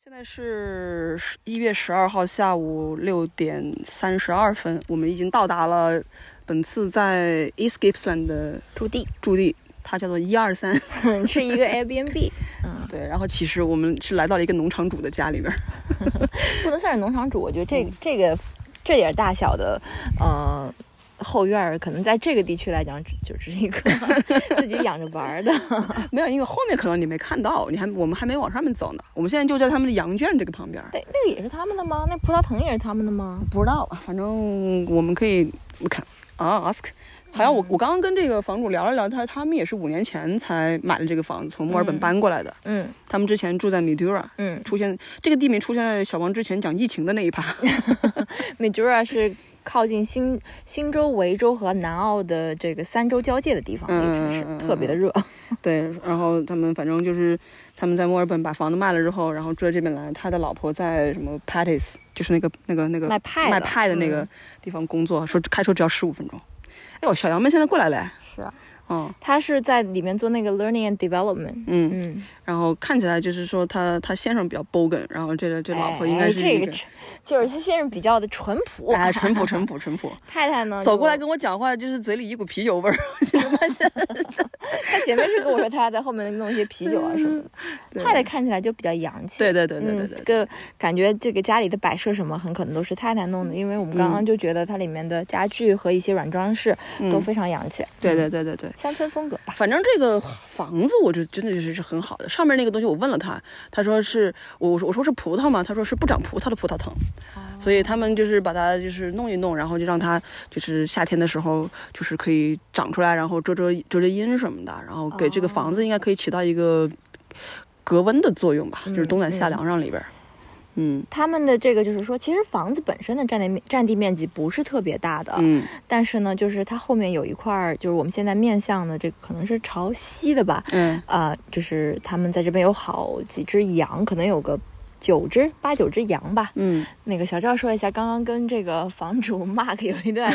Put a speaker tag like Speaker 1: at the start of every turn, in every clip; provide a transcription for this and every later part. Speaker 1: 现在是一月十二号下午六点三十二分，我们已经到达了本次在 East Gippsland 的
Speaker 2: 驻地，
Speaker 1: 驻地，它叫做一二三。
Speaker 2: 是一个 Airbnb，嗯，
Speaker 1: 对，然后其实我们是来到了一个农场主的家里边儿。
Speaker 2: 不能算是农场主，我觉得这这个这点大小的，呃，后院儿可能在这个地区来讲，只就是一 个自己养着玩儿 的，
Speaker 1: 没有，因为后面可能你没看到，你还我们还没往上面走呢。我们现在就在他们的羊圈这个旁边儿。
Speaker 2: 对，那个也是他们的吗？那葡萄藤也是他们的吗？
Speaker 1: 不知道啊，反正我们可以我看啊，ask。好像我我刚刚跟这个房主聊了聊，他他们也是五年前才买了这个房子，从墨尔本
Speaker 2: 嗯
Speaker 1: 搬过来的。
Speaker 2: 嗯
Speaker 1: 他们之前住在 Midura，
Speaker 2: 嗯
Speaker 1: 出现这个地名出现在小王之前讲疫情的那一趴。
Speaker 2: ，Majura 啊是靠近新新州、维州和南澳的这个三州交界的地方，这个城
Speaker 1: 嗯嗯嗯
Speaker 2: 市
Speaker 1: 嗯
Speaker 2: 特别的热，
Speaker 1: 对，然后他们反正就是他们在墨尔本把房子卖了之后，然后住在这边来。他的老婆在什么 Patties，就是那个那个那个
Speaker 2: 卖派
Speaker 1: 卖派的那个
Speaker 2: 嗯
Speaker 1: 地方工作，说开车只要十五分钟。哎呦，小杨们现在过来了，哎
Speaker 2: 是啊。
Speaker 1: 嗯
Speaker 2: 他是在里面做那个 learning and development，
Speaker 1: 嗯，
Speaker 2: 嗯，
Speaker 1: 然后看起来就是说他他先生比较 bogan，然后这个这老婆应该是
Speaker 2: 哎
Speaker 1: 一
Speaker 2: 这个，就是他先生比较的淳朴，
Speaker 1: 哎，淳朴淳朴淳朴，
Speaker 2: 太太 呢
Speaker 1: 走过来
Speaker 2: 就
Speaker 1: 跟我讲话就是嘴里一股啤酒味儿，我就发现
Speaker 2: 他姐妹是跟我说，她在后面弄一些啤酒啊什么的。
Speaker 1: 对
Speaker 2: 太太看起来就比较洋气。
Speaker 1: 对对对对对
Speaker 2: 嗯，这
Speaker 1: 对，
Speaker 2: 个感觉这个家里的摆设什么，很可能都是太太弄的，因为我们刚刚就觉得它里面的家具和一些软装饰
Speaker 1: 嗯
Speaker 2: 都非常洋气。
Speaker 1: 对
Speaker 2: 嗯，
Speaker 1: 对对对对。
Speaker 2: 乡村风格吧。
Speaker 1: 反正这个房子，我就真的是是很好的。上面那个东西我问了他，他说是我我说我说是葡萄嘛，他说是不长葡萄的葡萄藤，所以他们就是把它就是弄一弄，然后就让它就是夏天的时候就是可以长出来，然后遮遮遮遮阴什么的，然后给这个房子应该可以起到一个隔温的作用吧，就是冬暖夏凉让里边儿，嗯
Speaker 2: 他们的这个就是说，其实房子本身的占地面占地面积不是特别大的，
Speaker 1: 嗯
Speaker 2: 但是呢，就是它后面有一块儿，就是我们现在面向的这个可能是朝西的吧，
Speaker 1: 嗯
Speaker 2: 啊，就是他们在这边有好几只羊，可能有个九只、八九只羊吧。
Speaker 1: 嗯，
Speaker 2: 那个小赵说一下，刚刚跟这个房主 Mark 有 一段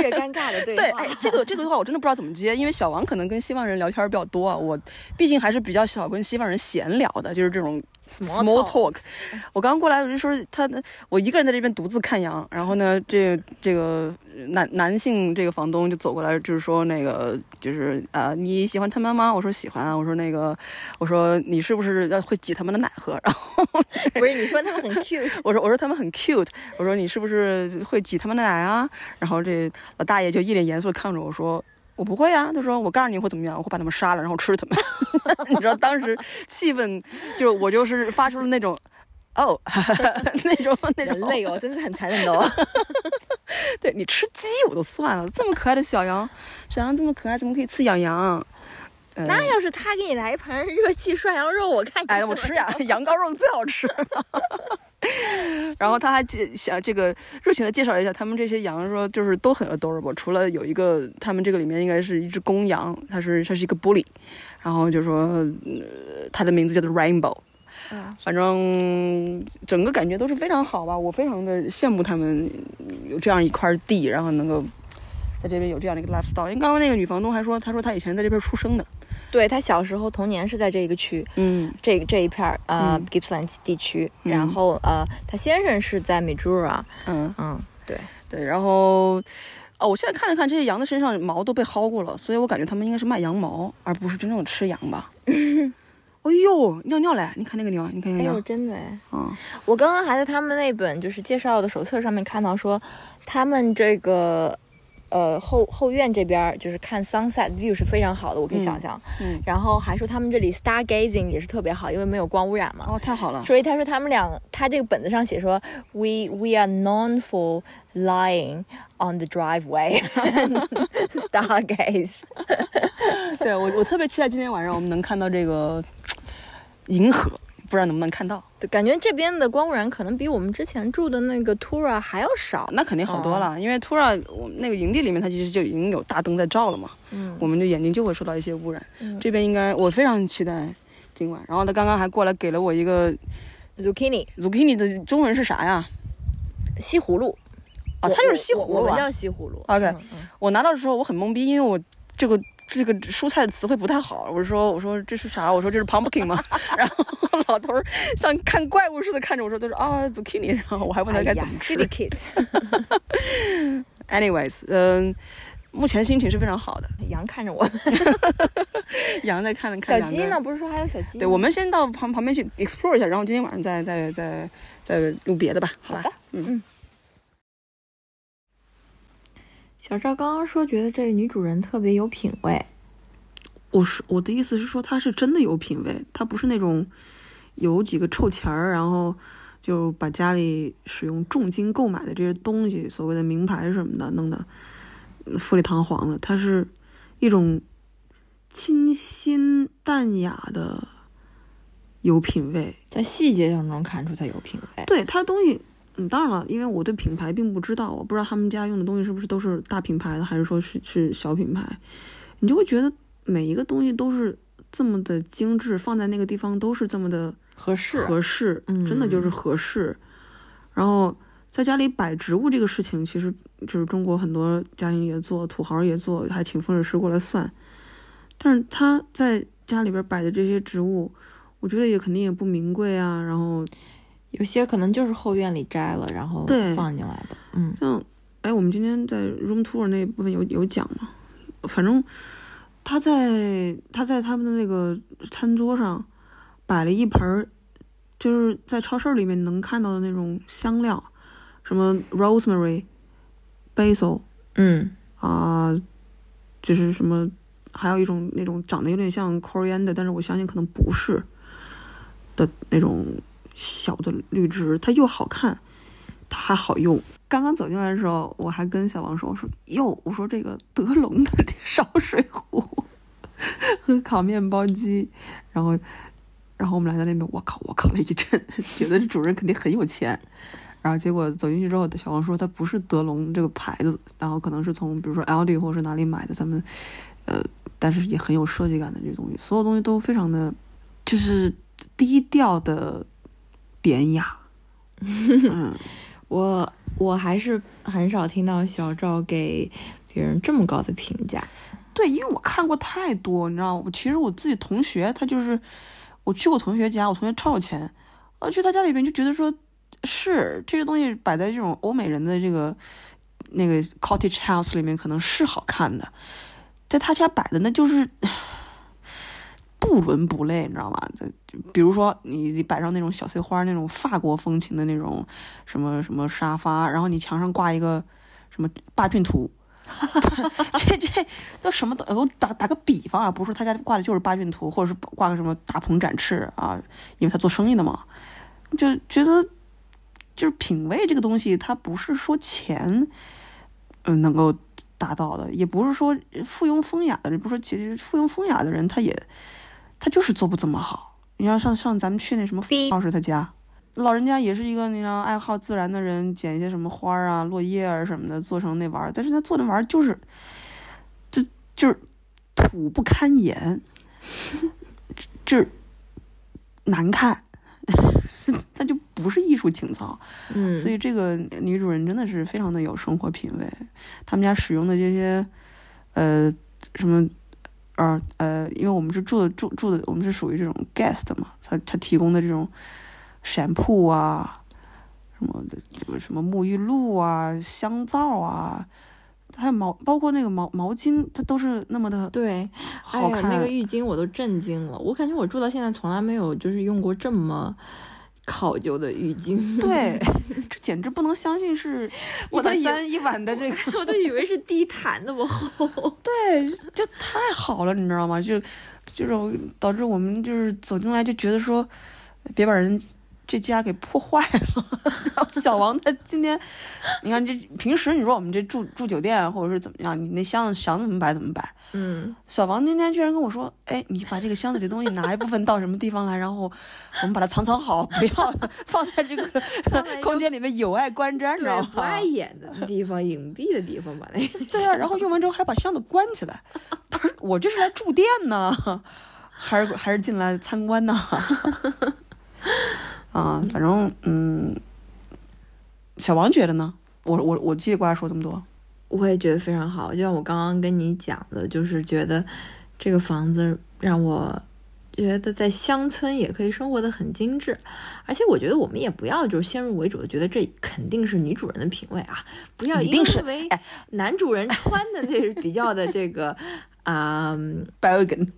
Speaker 2: 略尴尬的对
Speaker 1: 对，
Speaker 2: 话。
Speaker 1: 哎，这个这个的话我真的不知道怎么接，因为小王可能跟西方人聊天比较多啊，我毕竟还是比较少跟西方人闲聊的，就是这种 small talk。我刚过来，我就说他，我一个人在这边独自看羊。然后呢，这这个男男性这个房东就走过来，就是说那个就是呃，你喜欢他们吗？我说喜欢啊。我说那个，我说你是不是要会挤他们的奶喝？ 然后
Speaker 2: 不是你说他们很 cute，
Speaker 1: 我说我说他们很 cute，我说你是不是会挤他们的奶啊？然后这老大爷就一脸严肃的看着我说。我不会啊，他说我告诉你会怎么样，我会把他们杀了，然后吃他们。 你知道当时气氛，就是我就是发出了那种，哦， 那种那种
Speaker 2: 人类哦，真是很残忍的 哦。
Speaker 1: 对你吃鸡我都算了，这么可爱的小羊，小羊这么可爱，怎么可以吃羊羊？呃
Speaker 2: 那要是他给你来一盘热气涮羊肉，我看你
Speaker 1: 哎，我吃呀， 羊羔肉最好吃了。 然后他还介想这个热情的介绍了一下他们这些羊，说就是都很 adorable，除了有一个他们这个里面应该是一只公羊，它是它是一个玻璃，然后就说、呃它的名字叫做 Rainbow，
Speaker 2: 嗯
Speaker 1: 反正整个感觉都是非常好吧，我非常的羡慕他们有这样一块地，然后能够在这边有这样的一个 lifestyle。因为刚刚那个女房东还说，她说她以前在这边出生的，
Speaker 2: 对他小时候童年是在这个区，
Speaker 1: 嗯
Speaker 2: 这这一片儿呃、
Speaker 1: 嗯
Speaker 2: Gippsland 地区，
Speaker 1: 嗯
Speaker 2: 然后呃他先生是在 Majura，
Speaker 1: 嗯。
Speaker 2: 嗯，对，
Speaker 1: 对，然后，哦，我现在看了看这些羊的身上毛都被薅过了，所以我感觉它们应该是卖羊毛，而不是真正的吃羊吧。 哎呦，尿尿嘞！你看那个牛，你看那
Speaker 2: 哎
Speaker 1: 个
Speaker 2: 呦
Speaker 1: 羊，
Speaker 2: 真的哎。
Speaker 1: 啊、
Speaker 2: 我刚刚还在他们那本就是介绍的手册上面看到说，他们这个呃后后院这边儿就是看 sunset view 是非常好的，我可以想象。
Speaker 1: 嗯
Speaker 2: 然后还说他们这里 stargazing 也是特别好，因为没有光污染嘛。
Speaker 1: 哦，太好了，
Speaker 2: 所以他说他们俩，他这个本子上写说，we we are known for lying on the driveway and stargaze。
Speaker 1: 对我我特别期待今天晚上我们能看到这个银河，不知道能不能看到，
Speaker 2: 对，感觉这边的光污染可能比我们之前住的那个 Tura 还要少。
Speaker 1: 那肯定好多了，因为突然我们那个营地里面它其实就已经有大灯在照了嘛，
Speaker 2: 嗯
Speaker 1: 我们的眼睛就会受到一些污染。
Speaker 2: 嗯
Speaker 1: 这边应该我非常期待今晚，然后他刚刚还过来给了我一个
Speaker 2: ，zucchini
Speaker 1: zucchini 的中文是啥呀？
Speaker 2: 西葫芦。
Speaker 1: 啊，它就是西葫芦
Speaker 2: 我
Speaker 1: 啊
Speaker 2: 们。叫西葫芦。
Speaker 1: OK
Speaker 2: 嗯嗯
Speaker 1: 我拿到的时候我很懵逼，因为我这个这个蔬菜的词汇不太好，我说我说这是啥？我说这是 pumpkin 吗？ 然后老头儿像看怪物似的看着我说，他说啊 zucchini，然后我还问他
Speaker 2: 哎
Speaker 1: 该怎么吃。
Speaker 3: 哎 Silly kid，
Speaker 1: Anyways，嗯、目前心情是非常好的。
Speaker 3: 羊看着我。
Speaker 1: 羊在看了看
Speaker 3: 小
Speaker 1: 两个
Speaker 3: 鸡呢？？不是说还有小鸡？
Speaker 1: 对，我们先到旁旁边去 explore 一下，然后今天晚上再再再再录别的吧，好吧？
Speaker 3: 好的
Speaker 1: 嗯，
Speaker 3: 小赵刚刚说觉得这女主人特别有品味，
Speaker 1: 我是我的意思是说，他是真的有品味，他不是那种有几个臭钱儿，然后就把家里使用重金购买的这些东西，所谓的名牌什么的，弄得嗯富丽堂皇的。他是一种清新淡雅的有品味，
Speaker 3: 在细节当中看出她有品味。
Speaker 1: 对它东西，嗯，当然了，因为我对品牌并不知道，我不知道他们家用的东西是不是都是大品牌的，还是说是是小品牌，你就会觉得每一个东西都是这么的精致，放在那个地方都是这么的
Speaker 3: 合适
Speaker 1: 合适，
Speaker 3: 嗯
Speaker 1: 真的就是合适。然后在家里摆植物这个事情，其实就是中国很多家庭也做，土豪也做，还请风水师过来算。但是他在家里边摆的这些植物，我觉得也肯定也不名贵啊，然后
Speaker 3: 有些可能就是后院里摘了，然后
Speaker 1: 对
Speaker 3: 放进来的。嗯，
Speaker 1: 像，哎，我们今天在 room tour 那部分有有讲嘛？反正他在他在他们的那个餐桌上摆了一盆儿，就是在超市里面能看到的那种香料，什么 rosemary、basil
Speaker 3: 嗯，
Speaker 1: 啊、就是什么，还有一种那种长得有点像 coriander，但是我相信可能不是的那种小的绿植，它又好看，它还好用。刚刚走进来的时候，我还跟小王说：“我说哟，我说这个德龙的烧水壶和烤面包机，然后，然后我们俩在那边，我靠，我靠了一阵，觉得这主人肯定很有钱。然后结果走进去之后，小王说他不是德龙这个牌子，然后可能是从比如说 Aldi 或者是哪里买的，咱们呃，但是也很有设计感的这个东西，所有东西都非常的就是低调的典雅。嗯，
Speaker 3: 我我还是很少听到小赵给别人这么高的评价。
Speaker 1: 对，因为我看过太多，你知道，我其实我自己同学他就是，我去我同学家，我同学超有钱，我去他家里边就觉得说，是这些东西摆在这种欧美人的这个那个 cottage house 里面可能是好看的，在他家摆的那就是 不伦不类，你知道吗？这就比如说你你摆上那种小碎花，那种法国风情的那种什么什么沙发，然后你墙上挂一个什么八骏图。 这这都什么都，我打打个比方啊，不是说他家挂的就是八骏图，或者是挂个什么大鹏展翅啊，因为他做生意的嘛，就觉得就是品味这个东西，它不是说钱嗯能够达到的，也不是说附庸风雅的，人，不是说其实附庸风雅的人，他也他就是做不怎么好。你要像像咱们去那什么
Speaker 3: 第一
Speaker 1: 老师他家，老人家也是一个你知道爱好自然的人，捡一些什么花儿啊、落叶啊什么的做成那玩意儿，但是他做那玩意儿就是，就就是土不堪言， 就是难看，他就不是艺术情操。
Speaker 3: 嗯，
Speaker 1: 所以这个女主人真的是非常的有生活品味。他们家使用的这些，呃，什么，呃呃，因为我们是住的住住的，我们是属于这种 guest 嘛，他他提供的这种 shampoo 啊，什么的什么什么沐浴露啊、香皂啊，还有毛，包括那个毛毛巾，它都是那么的
Speaker 3: 对，哎
Speaker 1: 好
Speaker 3: 呦，
Speaker 1: 看。
Speaker 3: 那个浴巾我都震惊了，我感觉我住到现在从来没有就是用过这么考究的浴巾，
Speaker 1: 对，这简直不能相信是
Speaker 3: 我都
Speaker 1: 一百
Speaker 3: 以
Speaker 1: 三一碗的这个。
Speaker 3: 我都以为是地毯那么 厚。
Speaker 1: 对，就太好了，你知道吗？就这种导致我们就是走进来就觉得说，别把人这家给破坏了。 然后小王他今天，你看这平时你说我们这住住酒店或者是怎么样，你那箱子想怎么摆怎么摆。
Speaker 3: 嗯，
Speaker 1: 小王今天居然跟我说：“哎，你把这个箱子里东西拿一部分到什么地方来，然后我们把它藏藏好，不要 放在这个
Speaker 3: 在一个
Speaker 1: 空间里面有碍观瞻，你知道
Speaker 3: 对
Speaker 1: 吗？”，
Speaker 3: 不
Speaker 2: 啊
Speaker 3: 碍眼的地方，隐蔽的地方吧，那个。
Speaker 1: 对啊，然后用完之后还把箱子关起来， 不是我这是来住店呢， 还是还是进来参观呢？ 啊，反正嗯，小王觉得呢，我我我记得瓜说这么多，
Speaker 2: 我也觉得非常好。就像我刚刚跟你讲的，就是觉得这个房子让我觉得在乡村也可以生活的很精致，而且我觉得我们也不要就是先入为主的觉得这肯定是女主人的品味啊，不要
Speaker 1: 一
Speaker 2: 因
Speaker 1: 定是
Speaker 2: 为
Speaker 1: 哎
Speaker 2: 男主人穿的那是比较的这个 啊、
Speaker 1: ，Bergen，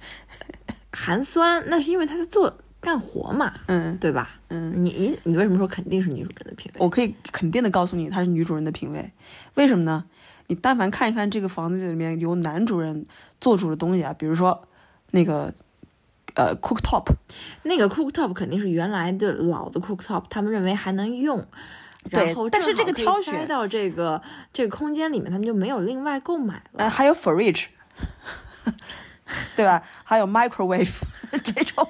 Speaker 2: 寒酸，那是因为他在做干活嘛，
Speaker 1: 嗯
Speaker 2: 对吧？
Speaker 1: 嗯，
Speaker 2: 你你你为什么说肯定是女主人的品味？
Speaker 1: 我可以肯定的告诉你，她是女主人的品味。为什么呢？你但凡看一看这个房子里面由男主人做主的东西啊，比如说那个呃 cooktop，
Speaker 2: 那个 cooktop 肯定是原来的老的 cooktop，他们认为还能用。
Speaker 1: 对
Speaker 2: 然后
Speaker 1: 但是
Speaker 2: 正好
Speaker 1: 这个
Speaker 2: 可以
Speaker 1: 挑
Speaker 2: 塞
Speaker 1: 选
Speaker 2: 到这个这个空间里面，他们就没有另外购买了。
Speaker 1: 呃，还有 fridge，对吧？还有 microwave 这种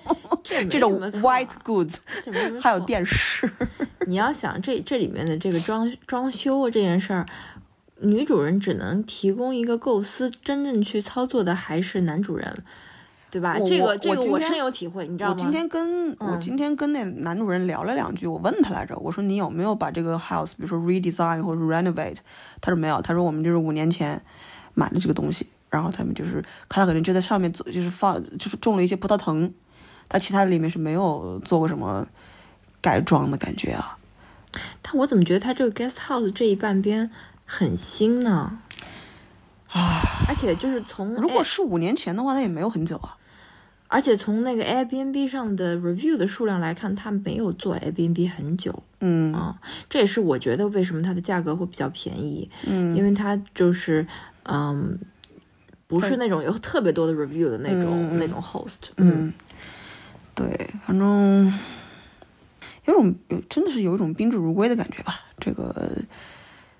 Speaker 2: 没
Speaker 1: 这种
Speaker 2: 什么错啊
Speaker 1: white goods，
Speaker 2: 这没什么
Speaker 1: 呃还有
Speaker 2: 错
Speaker 1: 电视，
Speaker 2: 你要想这这里面的这个装装修啊这件事儿，女主人只能提供一个构思，真正去操作的还是男主人，对吧？
Speaker 1: 我
Speaker 2: 这
Speaker 1: 我
Speaker 2: 个这
Speaker 1: 我
Speaker 2: 个
Speaker 1: 今
Speaker 2: 我
Speaker 1: 天
Speaker 2: 深有体会，你知道
Speaker 1: 我
Speaker 2: 吗？
Speaker 1: 今天跟、我
Speaker 2: 嗯
Speaker 1: 今天跟那男主人聊了两句，我问他来着，我说你有没有把这个 house，比如说 redesign 或者是 renovate？他说没有，他说我们就是五年前买的这个东西，然后他们就是他可能就在上面做，就是放就是种了一些葡萄藤，他其他的里面是没有做过什么改装的感觉啊。
Speaker 2: 但我怎么觉得它这个 guest house 这一半边很新呢？啊！而且就是从
Speaker 1: 如果
Speaker 2: Air-
Speaker 1: 是五年前的话，那也没有很久啊。
Speaker 2: 而且从那个 Airbnb 上的 review 的数量来看，它没有做 Airbnb 很久
Speaker 1: 嗯
Speaker 2: 啊、这也是我觉得为什么它的价格会比较便宜，
Speaker 1: 嗯
Speaker 2: 因为它就是嗯，不是
Speaker 1: 对
Speaker 2: 那种有特别多的 review 的那种、
Speaker 1: 嗯嗯
Speaker 2: 那种 host，
Speaker 1: 嗯，对，反正有种有真的是有一种宾至如归的感觉吧。这个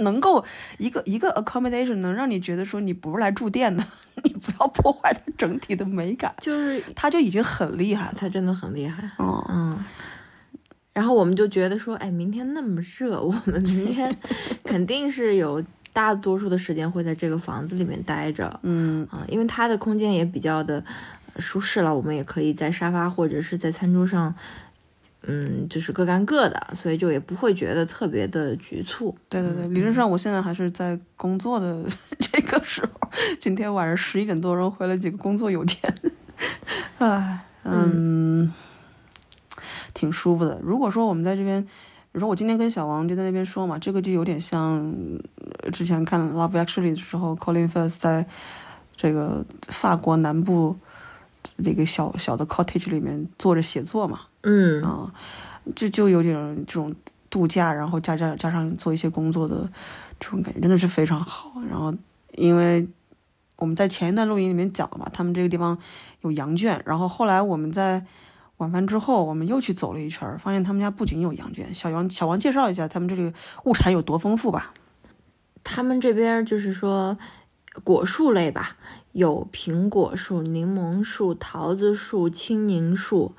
Speaker 1: 能够一个一个 accommodation 能让你觉得说你不是来住店的， 你不要破坏它整体的美感，
Speaker 2: 就是
Speaker 1: 它就已经很厉害了。
Speaker 2: 它真的很厉害。
Speaker 1: 嗯，
Speaker 2: 嗯，然后我们就觉得说，哎，明天那么热， 我们明天肯定是有大多数的时间会在这个房子里面待着
Speaker 1: 嗯，
Speaker 2: 啊、因为它的空间也比较的呃舒适了，我们也可以在沙发或者是在餐桌上，嗯，就是各干各的，所以就也不会觉得特别的局促。
Speaker 1: 对对对，理论上我现在还是在工作的 这个时候，今天晚上十一点多钟回了几个工作邮件，唉，嗯，挺舒服的。如果说我们在这边，比如说我今天跟小王就在那边说嘛，这个就有点像呃之前看《Love Actually》的时候，Colin Firth 在这个法国南部那个小小的 cottage 里面坐着写作嘛，
Speaker 2: 嗯，
Speaker 1: 啊，就就有点儿这种度假，然后加加加上做一些工作的这种感觉，真的是非常好。然后因为我们在前一段录音里面讲了嘛，他们这个地方有羊圈，然后后来我们在晚饭之后，我们又去走了一圈儿，发现他们家不仅有羊圈。小王小王介绍一下他们这里物产有多丰富吧。
Speaker 2: 他们这边就是说果树类吧，有苹果树、柠檬树、桃子树、青柠树，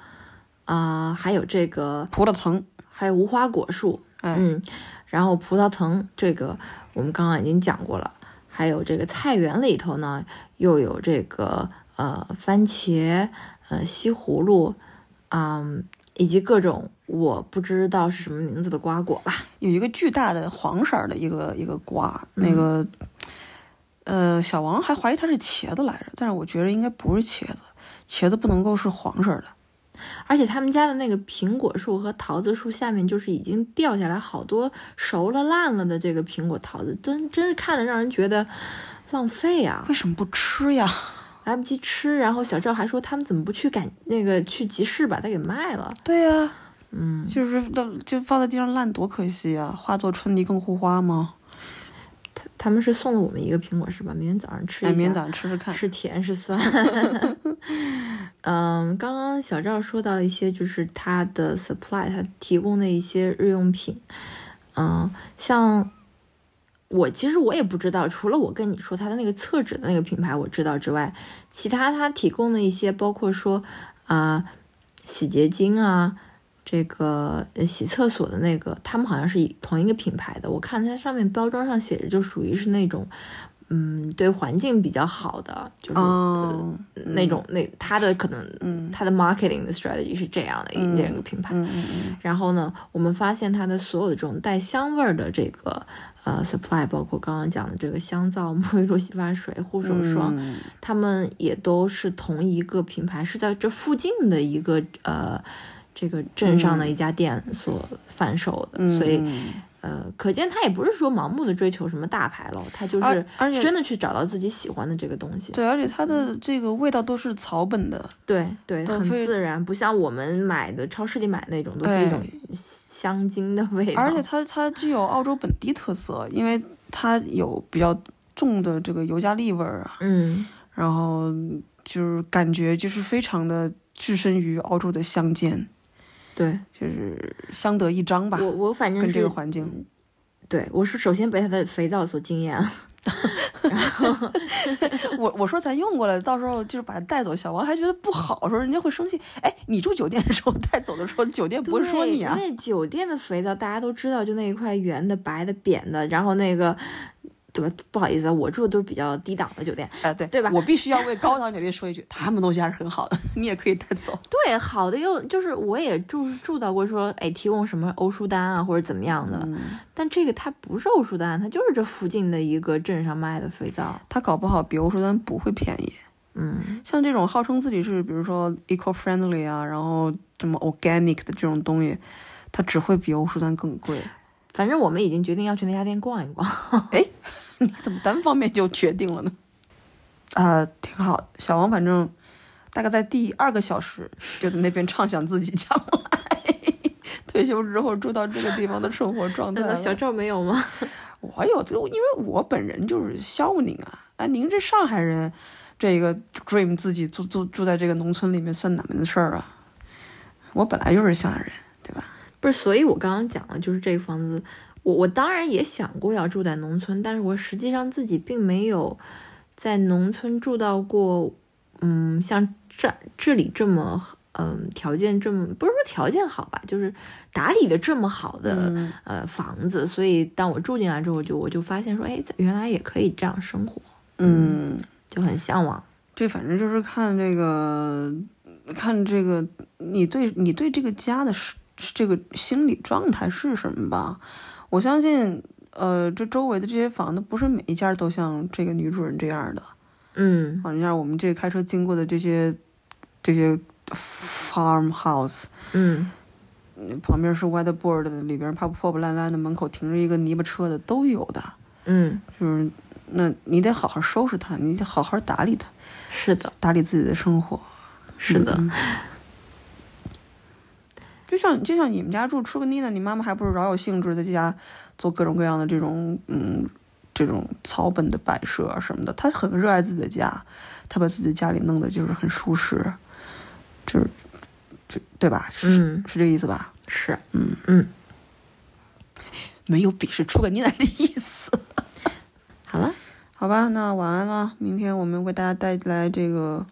Speaker 2: 啊、还有这个
Speaker 1: 葡萄藤，
Speaker 2: 还有无花果树，
Speaker 1: 哎
Speaker 2: 嗯，然后葡萄藤这个我们刚刚已经讲过了，还有这个菜园里头呢，又有这个呃番茄、呃西葫芦，嗯，以及各种我不知道是什么名字的瓜果吧，
Speaker 1: 有一个巨大的黄色儿的一个一个瓜，
Speaker 2: 嗯
Speaker 1: 那个，呃，小王还怀疑它是茄子来着，但是我觉得应该不是茄子，茄子不能够是黄色儿的。
Speaker 2: 而且他们家的那个苹果树和桃子树下面，就是已经掉下来好多熟了烂了的这个苹果、桃子，真真是看着让人觉得浪费啊，
Speaker 1: 为什么不吃呀？
Speaker 2: 来不及吃。然后小赵还说，他们怎么不去赶那个去集市把它给卖了？
Speaker 1: 对呀、
Speaker 2: 嗯，
Speaker 1: 就是都就放在地上烂多可惜啊！化作春泥更护花吗？
Speaker 2: 他他们是送了我们一个苹果是吧？明天早上吃一
Speaker 1: 哎，
Speaker 2: 下。
Speaker 1: 明天早上吃吃看。
Speaker 2: 是甜是酸。 嗯，刚刚小赵说到一些，就是他的 supply，他提供的一些日用品。嗯，像我其实我也不知道，除了我跟你说他的那个厕纸的那个品牌我知道之外，其他他提供的一些，包括说啊、呃洗洁精啊。这个呃洗厕所的那个，他们好像是一同一个品牌的。我看它上面包装上写着，就属于是那种嗯对环境比较好的，就是、
Speaker 1: 哦，
Speaker 2: 那种那它的可能
Speaker 1: 嗯
Speaker 2: 它的 marketing 的 strategy 是这样的一这样一个品牌。
Speaker 1: 嗯嗯嗯
Speaker 2: 然后呢，我们发现它的所有的这种带香味儿的这个呃 supply，包括刚刚讲的这个香皂、沐浴露、洗发水、护手霜，
Speaker 1: 嗯
Speaker 2: 它们也都是同一个品牌，是在这附近的一个呃这个镇上的一家店所贩售的，
Speaker 1: 嗯
Speaker 2: 所以
Speaker 1: 嗯
Speaker 2: 呃，可见他也不是说盲目的追求什么大牌楼，他就
Speaker 1: 而
Speaker 2: 是
Speaker 1: 而且
Speaker 2: 真的去找到自己喜欢的这个东西。
Speaker 1: 对，而且它的这个味道都是草本的，
Speaker 2: 对对，
Speaker 1: 对
Speaker 2: 很
Speaker 1: 所以
Speaker 2: 自然，不像我们买的超市里买那种都是
Speaker 1: 对
Speaker 2: 一种香精的味道。
Speaker 1: 而且它它具有澳洲本地特色，因为它有比较重的这个尤加利味儿啊，
Speaker 2: 嗯，
Speaker 1: 然后就是感觉就是非常的置身于澳洲的乡间，
Speaker 2: 对
Speaker 1: 就是相得益彰吧，
Speaker 2: 我我反正
Speaker 1: 跟
Speaker 2: 是
Speaker 1: 这个环境。
Speaker 2: 对我是首先被它的肥皂所惊艳了。
Speaker 1: 我我说咱用过了，到时候就是把它带走。小王还觉得不好，说人家会生气。哎，你住酒店的时候带走的时候，酒店不会说
Speaker 2: 对
Speaker 1: 你啊。
Speaker 2: 那酒店的肥皂大家都知道，就那一块圆的、白的、扁的，然后那个。对吧？不好意思啊，我住的都是比较低档的酒店。
Speaker 1: 哎，对
Speaker 2: 对吧
Speaker 1: 我必须要为高档酒店说一句，他们东西还是很好的，你也可以带走。
Speaker 2: 对，好的又就是我也住住到过说，哎，提供什么欧舒丹啊或者怎么样
Speaker 1: 嗯
Speaker 2: 的，但这个它不是欧舒丹，它就是这附近的一个镇上卖的肥皂。
Speaker 1: 他搞不好比欧舒丹不会便宜。
Speaker 2: 嗯，
Speaker 1: 像这种号称自己是比如说 eco friendly 啊，然后什么 organic 的这种东西，它只会比欧舒丹更贵。
Speaker 2: 反正我们已经决定要去那家店逛一逛。
Speaker 1: 你怎么单方面就决定了呢？啊、挺好。小王反正大概在第二个小时就在那边畅想自己将来 退休之后住到这个地方的生活状态
Speaker 2: 难道
Speaker 1: 了。
Speaker 2: 小赵没有吗？
Speaker 1: 我有这个，因为我本人就是肖宁啊，啊，您这上海人，这个 dream 自己住住住在这个农村里面算哪门子事儿啊？我本来就是上海人，对吧？
Speaker 2: 不是，所以我刚刚讲了，就是这个房子，我我当然也想过要住在农村，但是我实际上自己并没有在农村住到过，嗯，像这这里这么，嗯，条件这么不是说条件好吧，就是打理的这么好的、呃房子，所以当我住进来之后就，我就发现说，哎，原来也可以这样生活，
Speaker 1: 嗯，
Speaker 2: 就很向往。
Speaker 1: 这反正就是看这个，看这个，你对你对这个家的是这个心理状态是什么吧？我相信，呃，这周围的这些房子不是每一家都像这个女主人这样的。
Speaker 2: 嗯，
Speaker 1: 好，你像我们这开车经过的这些这些 farmhouse，
Speaker 2: 嗯，
Speaker 1: 嗯旁边是 weatherboard 的，里边破破破烂烂的，门口停着一个泥巴车的都有的，
Speaker 2: 嗯，
Speaker 1: 就是那你得好好收拾它，你得好好打理它，
Speaker 2: 是的，
Speaker 1: 打理自己的生活。
Speaker 2: 是的，
Speaker 1: 嗯就像就像你们家住吃个妮娜，你妈妈还不是饶有兴致在家做各种各样的这种嗯这种草本的摆设啊什么的。她很热爱自己的家，她把自己的家里弄得就是很舒适，就是这对吧？是、
Speaker 2: 嗯，
Speaker 1: 是这个意思吧？
Speaker 2: 是，
Speaker 1: 嗯
Speaker 2: 嗯，
Speaker 1: 没有鄙视出个妮娜的意思。
Speaker 2: 好了，
Speaker 1: 好吧，那晚安啦！明天我们为大家带来这个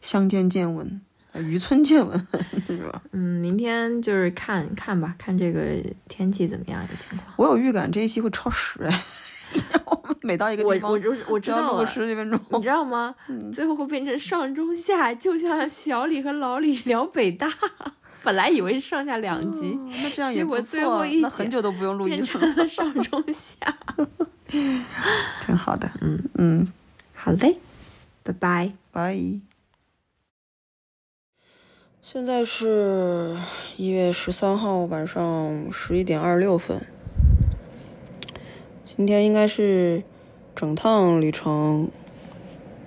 Speaker 1: 乡间见闻、呃渔村见闻，是吧？
Speaker 2: 嗯，明天就是看看吧，看这个天气怎么样一个情况。
Speaker 1: 我有预感这一期会超时哎，我们每到一个
Speaker 2: 我
Speaker 1: 地方，
Speaker 2: 我我我知
Speaker 1: 只要
Speaker 2: 道
Speaker 1: 录个
Speaker 2: 了，嗯
Speaker 1: 十几分
Speaker 2: 你
Speaker 1: 钟。
Speaker 2: 知道吗？最后会变成上中下，就像小李和老李聊北大，本来以为是上下两集，
Speaker 1: 嗯那这样也
Speaker 2: 结
Speaker 1: 不
Speaker 2: 果最后
Speaker 1: 错，
Speaker 2: 一
Speaker 1: 那
Speaker 2: 集
Speaker 1: 很久都不用录音
Speaker 2: 变成
Speaker 1: 了，
Speaker 2: 了上中下。
Speaker 1: 挺好的。嗯嗯，
Speaker 2: 好嘞，拜拜。
Speaker 1: 拜。现在是一月十三号晚上十一点二十六分，今天应该是整趟旅程，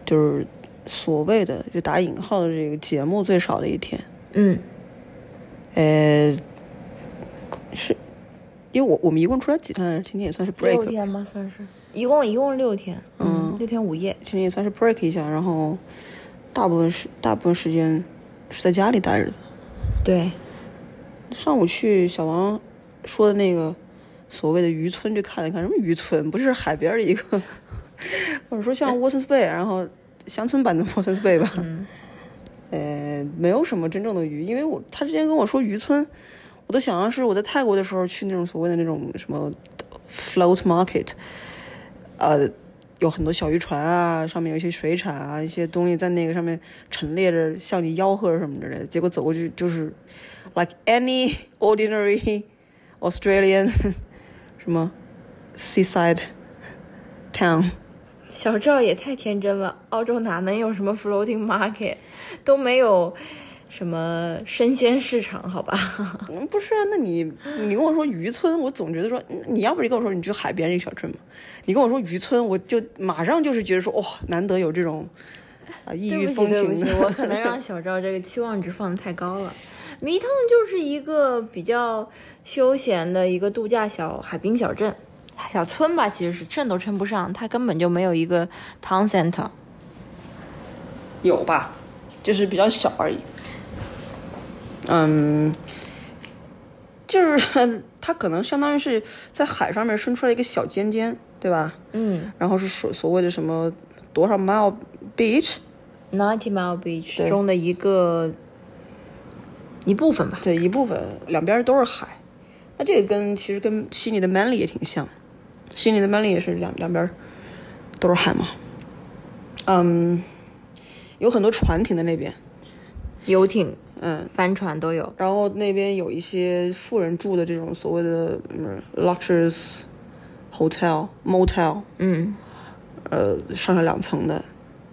Speaker 1: 就是所谓的就打引号的这个节目最少的一天。
Speaker 2: 嗯
Speaker 1: 呃，是因为我我们一共出来几天？今天也算是 break，
Speaker 2: 天吧，算是一共一共六天，
Speaker 1: 嗯
Speaker 2: 六天五夜。
Speaker 1: 今天也算是 break 一下，然后大部分时大部分时间是在家里待着的。
Speaker 2: 对，
Speaker 1: 上午去小王说的那个所谓的渔村去看了看，什么渔村？不是海边的一个， 或者说像 Watsons Bay，然后乡村版的 Watsons Bay 吧。嗯。呃，没有什么真正的鱼，因为我他之前跟我说渔村，我的想象是我在泰国的时候去那种所谓的那种什么 float market，呃，有很多小渔船啊，上面有一些水产啊，一些东西在那个上面陈列着，向你吆喝什么之类的。结果走过去就是 like any ordinary Australian 什么 seaside town。
Speaker 2: 小赵也太天真了，澳洲哪能有什么 floating market，都没有什么生鲜市场，好吧？
Speaker 1: 嗯，不是啊，那你你跟我说渔村，我总觉得说，嗯你要不你跟我说你去海边这个小镇嘛，你跟我说渔村，我就马上就是觉得说，哇、难得有这种啊异
Speaker 2: 对
Speaker 1: 域
Speaker 2: 不
Speaker 1: 风
Speaker 2: 起，对
Speaker 1: 情
Speaker 2: 不起，
Speaker 1: 的。
Speaker 2: 我可能让小赵这个期望值放得太高了。迷汤就是一个比较休闲的一个度假小海滨小镇、小村吧，其实是称都称不上，它根本就没有一个 town center。
Speaker 1: 有吧，就是比较小而已。嗯，就是 它可能相当于是在海上面伸出来一个小尖尖，对吧？
Speaker 2: 嗯
Speaker 1: 然后是所所谓的什么多少 mile beach，
Speaker 2: ，Ninety Mile Beach
Speaker 1: 对
Speaker 2: 中的一个一部分吧。
Speaker 1: 对，一部分两边都是海。那这个跟其实跟悉尼的 Manly 也挺像，悉尼的 Manly 也是两两边都是海嘛。嗯，有很多船停在那边，
Speaker 2: 游艇、
Speaker 1: 嗯，
Speaker 2: 帆船都有。
Speaker 1: 然后那边有一些富人住的这种所谓的嗯 luxurious hotel motel，
Speaker 2: 嗯，
Speaker 1: 呃，上下两层的，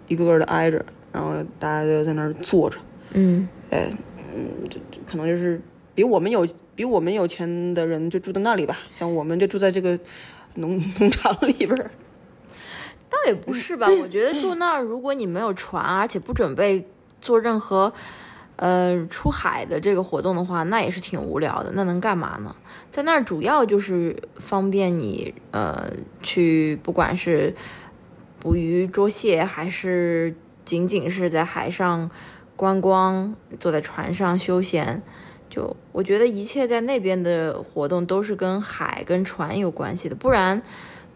Speaker 1: 一个个的挨着，然后大家就在那儿坐着，
Speaker 2: 嗯，
Speaker 1: 哎，嗯，这这可能就是比我们有比我们有钱的人就住在那里吧，像我们就住在这个农农场里边儿，
Speaker 2: 倒也不是吧，我觉得住那儿，如果你没有船，而且不准备做任何呃出海的这个活动的话，那也是挺无聊的。那能干嘛呢？在那儿主要就是方便你呃去，不管是捕鱼捉蟹，还是仅仅是在海上观光，坐在船上休闲。就我觉得一切在那边的活动都是跟海跟船有关系的，不然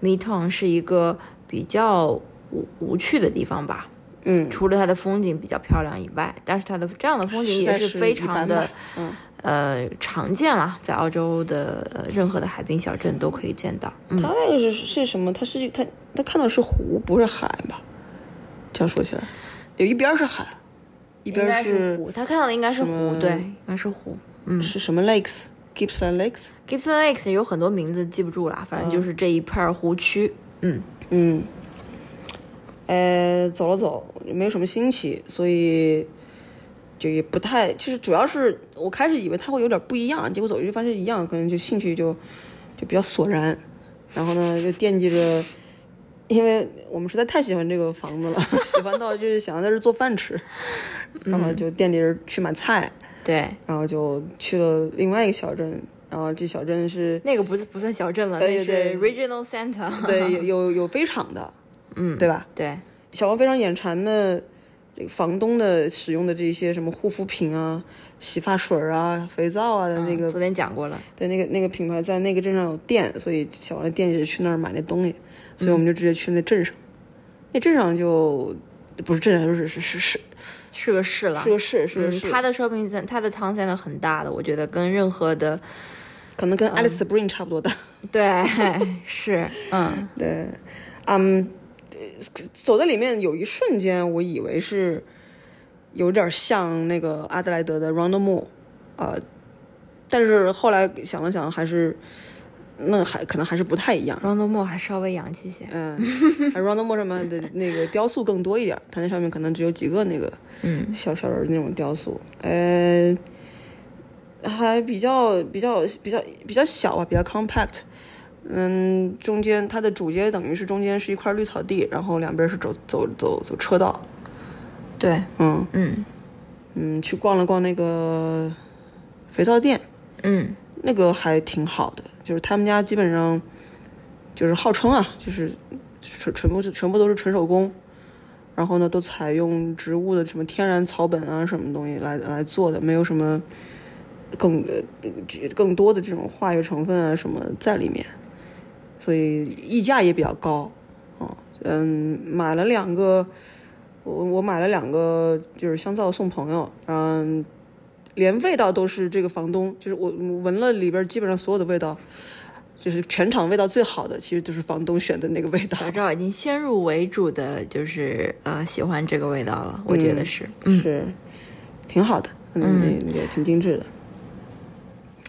Speaker 2: Midtown 是一个比较无无趣的地方吧。
Speaker 1: 嗯，
Speaker 2: 除了它的风景比较漂亮以外，但是它的这样的风景
Speaker 1: 实
Speaker 2: 也
Speaker 1: 在是
Speaker 2: 非
Speaker 1: 一
Speaker 2: 常
Speaker 1: 般
Speaker 2: 的
Speaker 1: 吧，嗯，
Speaker 2: 呃常见啦，在澳洲的、呃任何的海滨小镇都可以见到。嗯，
Speaker 1: 它那个是是什么？它是它它看到是湖，不是海吧？这样说起来，有一边儿是海，一边
Speaker 2: 应
Speaker 1: 儿
Speaker 2: 该
Speaker 1: 是
Speaker 2: 湖，他看到的应该是
Speaker 1: 什么
Speaker 2: 湖，对，应该是湖。嗯
Speaker 1: 是什么 lakes？Gippsland Lakes？
Speaker 2: ，Gibson Lakes 有很多名字记不住啦，反正
Speaker 1: 啊
Speaker 2: 就是这一片儿湖区。嗯，
Speaker 1: 嗯，呃，走了走，也没有什么新奇，所以就也不太，就是主要是我开始以为它会有点不一样，结果走过去发现一样，可能就兴趣就就比较索然，然后呢就惦记着。因为我们实在太喜欢这个房子了， 喜欢到就是想要在这儿做饭吃，然后就惦记着去买菜，
Speaker 2: 对，
Speaker 1: 然后就去了另外一个小镇，然后这小镇是
Speaker 2: 那个不是不算小镇了，
Speaker 1: 对
Speaker 2: 那
Speaker 1: 对
Speaker 2: 是 Regional Center。
Speaker 1: 对有有有飞场的，
Speaker 2: 嗯，
Speaker 1: 对吧？
Speaker 2: 对，
Speaker 1: 小王非常眼馋的，这个房东的使用的这些什么护肤品啊、洗发水啊、肥皂啊的那个、
Speaker 2: 嗯昨天讲过了。
Speaker 1: 对那个那个品牌在那个镇上有店，所以小王的店就是去那儿买那东西，所以我们就直接去那镇上。那镇上就不是镇上，就是是是是
Speaker 2: 是个市了，
Speaker 1: 是个市，是个
Speaker 2: 嗯，
Speaker 1: 市，
Speaker 2: 它的 shopping center，它的 town center 很大的，我觉得跟任何的
Speaker 1: 可能跟 Alice Spring 差不多大。
Speaker 2: 对是，嗯，
Speaker 1: 对，嗯，呃走在里面有一瞬间，我以为是有点像那个阿德莱德的 Round Mall，呃，但是后来想了想，还是那还可能还是不太一样。
Speaker 2: 庄周末还稍微洋气些，
Speaker 1: 嗯，Round Mall 上面的那个雕塑更多一点儿，它那上面可能只有几个那个
Speaker 2: 嗯，
Speaker 1: 小小人儿那种雕塑，呃，还比较比较比较比较小啊，比较 compact。嗯，中间它的主街等于是中间是一块绿草地，然后两边是走走走走车道。
Speaker 2: 对，
Speaker 1: 嗯
Speaker 2: 嗯
Speaker 1: 嗯，去逛了逛那个肥皂店，
Speaker 2: 嗯，
Speaker 1: 那个还挺好的，就是他们家基本上就是号称啊，就是全全部是全部都是纯手工，然后呢都采用植物的什么天然草本啊什么东西来来做的，没有什么更呃更多的这种化学成分啊什么在里面，所以溢价也比较高。哦嗯，买了两个，我我买了两个就是香皂送朋友，嗯，连味道都是这个房东，就是我我闻了里边基本上所有的味道，就是全场味道最好的，其实就是房东选的那个味道。
Speaker 2: 小赵已经先入为主的，就是呃喜欢这个味道了，我觉得是，嗯
Speaker 1: 是，挺好的，嗯，那个挺精致的。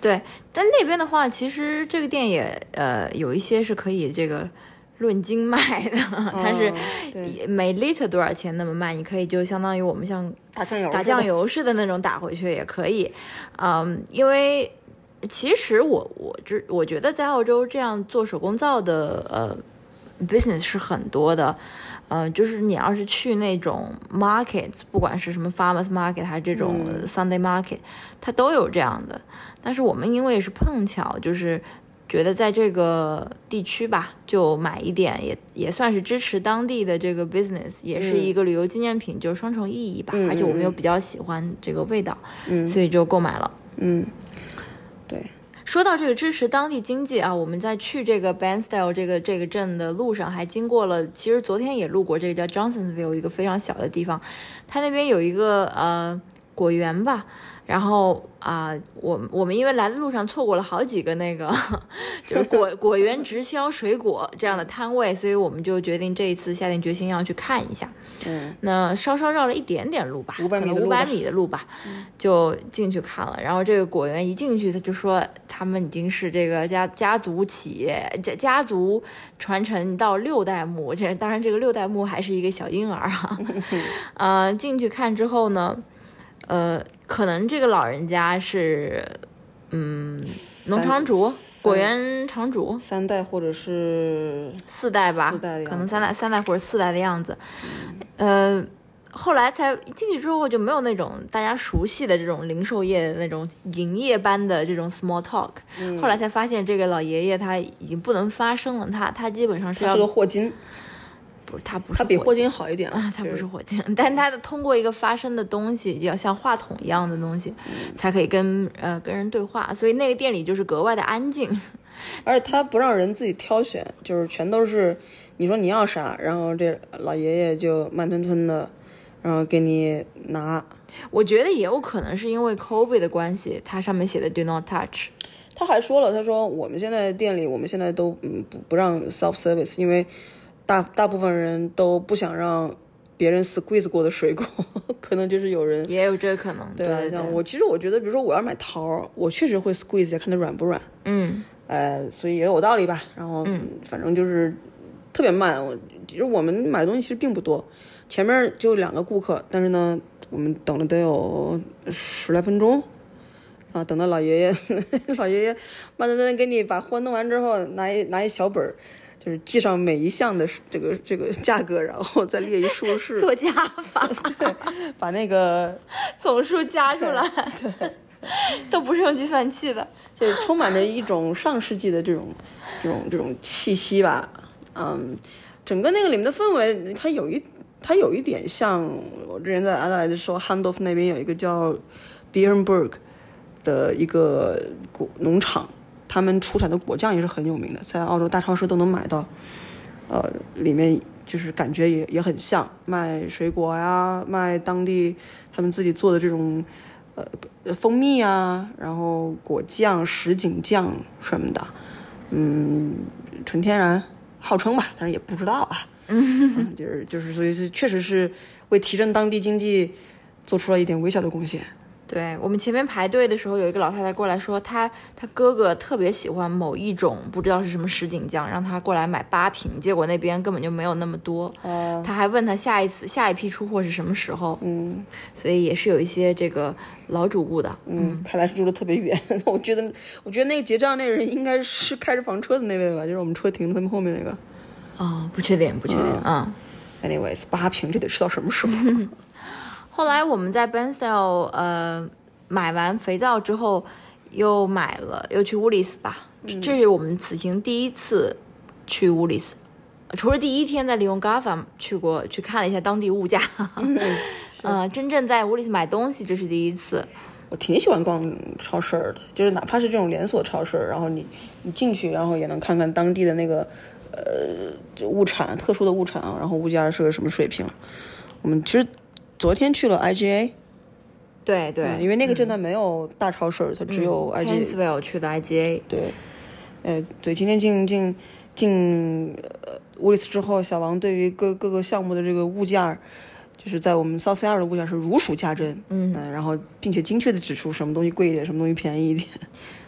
Speaker 2: 对，但那边的话，其实这个店也呃有一些是可以这个论斤卖的， 它嗯是
Speaker 1: 哦对
Speaker 2: 每 liter 多少钱那么卖，你可以就相当于我们像
Speaker 1: 打酱油，
Speaker 2: 打酱，油似的那种打回去也可以，嗯，因为其实我我这我觉得在澳洲这样做手工皂的呃 business 是很多的，呃，就是你要是去那种 market，不管是什么 farmers market 还是这种 Sunday market，、它都有这样的。但是我们因为是碰巧，就是觉得在这个地区吧，就买一点也也算是支持当地的这个 business，也是一个旅游纪念品，就是双重意义吧。
Speaker 1: 嗯
Speaker 2: 而且我们又
Speaker 1: 嗯嗯
Speaker 2: 比较喜欢这个味道，
Speaker 1: 嗯
Speaker 2: 所以就购买了。
Speaker 1: 嗯，对，
Speaker 2: 说到这个支持当地经济啊，我们在去这个 Banstyle 这个这个镇的路上，还经过了，其实昨天也路过这个叫 Johnsonville 一个非常小的地方，它那边有一个呃果园吧，然后啊、我我们因为来的路上错过了好几个那个 就是果果园直销水果这样的摊位，所以我们就决定这一次下定决心要去看一下。
Speaker 1: 嗯
Speaker 2: 那稍稍绕了一点点路吧，
Speaker 1: 500
Speaker 2: 可
Speaker 1: 米
Speaker 2: 能
Speaker 1: 的
Speaker 2: 五
Speaker 1: 路吧嗯
Speaker 2: 百米的路吧，就进去看了。然后这个果园一进去，他就说他们已经是这个家家族企业家家族传承到六代目，这当然这个六代目还是一个小婴儿 啊。呃，进去看之后呢，呃，可能这个老人家是嗯农场主、
Speaker 1: 三
Speaker 2: 果园场主，
Speaker 1: 三代或者是
Speaker 2: 四代吧，
Speaker 1: 四代的样子
Speaker 2: 可能三代、三代或者四代的样子。呃，后来才进去之后就没有那种大家熟悉的这种零售业的那种营业般的这种 small talk、后
Speaker 1: 嗯
Speaker 2: 来才发现，这个老爷爷他已经不能发声了，他他基本上是
Speaker 1: 他
Speaker 2: 要
Speaker 1: 是个霍金，
Speaker 2: 不是他不是
Speaker 1: 他比
Speaker 2: 火
Speaker 1: 霍金好一点啊
Speaker 2: 他不是火箭， 但他的通过一个发声的东西，要像话筒一样的东西，
Speaker 1: 嗯
Speaker 2: 才可以跟呃跟人对话，所以那个店里就是格外的安静。
Speaker 1: 而且他不让人自己挑选，就是全都是你说你要啥，然后这老爷爷就慢吞吞的，然后给你拿。
Speaker 2: 我觉得也有可能是因为 COVID 的关系，它上面写的 Do not touch，
Speaker 1: 他还说了，他说我们现在店里我们现在都嗯不不让 self service，因为大大部分人都不想让别人 squeeze 过的水果， 可能就是有人。
Speaker 2: 也有这个可能。对
Speaker 1: 对吧
Speaker 2: 对
Speaker 1: 像我其实我觉得，比如说我要买桃儿，我确实会 squeeze 一下，看它软不软。
Speaker 2: 嗯，
Speaker 1: 呃，所以也有道理吧。然后，反正就是特别慢。我其实我们买东西其实并不多，前面就两个顾客，但是呢，我们等了得有十来分钟。啊，等到老爷 爷，老爷爷慢吞吞地给你把货弄完之后，拿一拿一小本儿，就是记上每一项的这个这个价格，然后再列一竖 式，
Speaker 2: 做加法，
Speaker 1: 把那个
Speaker 2: 总数加出来，对，都不是用计算器的。
Speaker 1: 这充满着一种上世纪的这种、这种、这种气息吧。嗯，整个那个里面的氛围，它有一它有一点像我之前在阿德莱德说 h a n d o f f 那边有一个叫 Bierenberg 的一个果农场，他们出产的果酱也是很有名的，在澳洲大超市都能买到。呃，里面就是感觉也也很像卖水果呀，卖当地他们自己做的这种呃蜂蜜啊，然后果酱、什锦酱什么的，嗯，纯天然号称吧，但是也不知道啊，嗯， 就是就是，所以是确实是为提振当地经济做出了一点微小的贡献。嗯
Speaker 2: 对我们前面排队的时候，有一个老太太过来说，她她哥哥特别喜欢某一种不知道是什么什锦酱，让她过来买八瓶，结果那边根本就没有那么多。
Speaker 1: 哦，
Speaker 2: 她还问她下一次下一批出货是什么时候，
Speaker 1: 嗯
Speaker 2: 所以也是有一些这个老主顾的。
Speaker 1: 嗯，看来是住的特别远。 我觉得，我觉得那个结账那人应该是开着房车的那位吧，就是我们车停在他们后面那个。
Speaker 2: 哦，不确定，不确定，嗯
Speaker 1: Anyways，八瓶这得吃到什么时候？
Speaker 2: 后来我们在 Bensdale 呃买完肥皂之后，又买了又去 Woolies 吧，这这是我们此行第一次去 Woolies，呃除了第一天在利用 Gotham 去过去看了一下当地物价，呃，真正在 Woolies 买东西这是第一次，
Speaker 1: 我挺喜欢逛超市儿的，就是哪怕是这种连锁超市儿，然后你你进去，然后也能看看当地的那个呃就物产特殊的物产啊，然后物价是个什么水平。我们其实昨天去了 IGA，
Speaker 2: 对对，
Speaker 1: 嗯因为那个镇它没有大超市儿，它只有
Speaker 2: p e n s
Speaker 1: IGA、
Speaker 2: v i l l e 去的 IGA，
Speaker 1: 对，呃，对，今天进进进呃乌里斯之后，小王对于各各个项目的这个物价，就是在我们 South C 二的物价是如数家珍，嗯、然后并且精确的指出什么东西贵一点，什么东西便宜一点。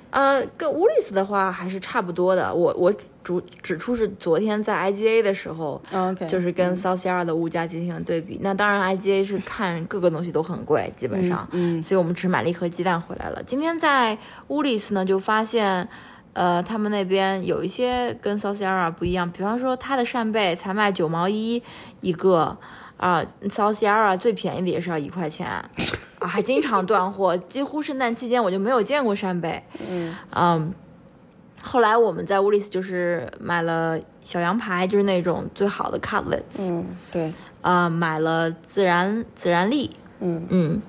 Speaker 2: 呃，跟乌里斯的话还是差不多的。我我主指出是昨天在 IGA 的时候，
Speaker 1: 哦 OK，嗯
Speaker 2: 就是跟 South Sierra 的物价进行了对比。那当然，IGA 是看各个东西都很贵，基本上，
Speaker 1: 嗯
Speaker 2: 所以我们只买了一颗鸡蛋回来了。今天在乌里斯呢，就发现，呃，他们那边有一些跟 South Sierra 不一样，比方说它的扇贝才卖九毛一一个，啊、s o u t h Sierra 最便宜的也是要一块钱，啊，还经常断货，几乎圣诞期间我就没有见过扇贝，
Speaker 1: 嗯
Speaker 2: 嗯，后来我们在乌里斯就是买了小羊排，就是那种最好的 cutlets，
Speaker 1: 嗯，对，
Speaker 2: 啊、买了孜然孜然粒，
Speaker 1: 嗯
Speaker 2: 嗯，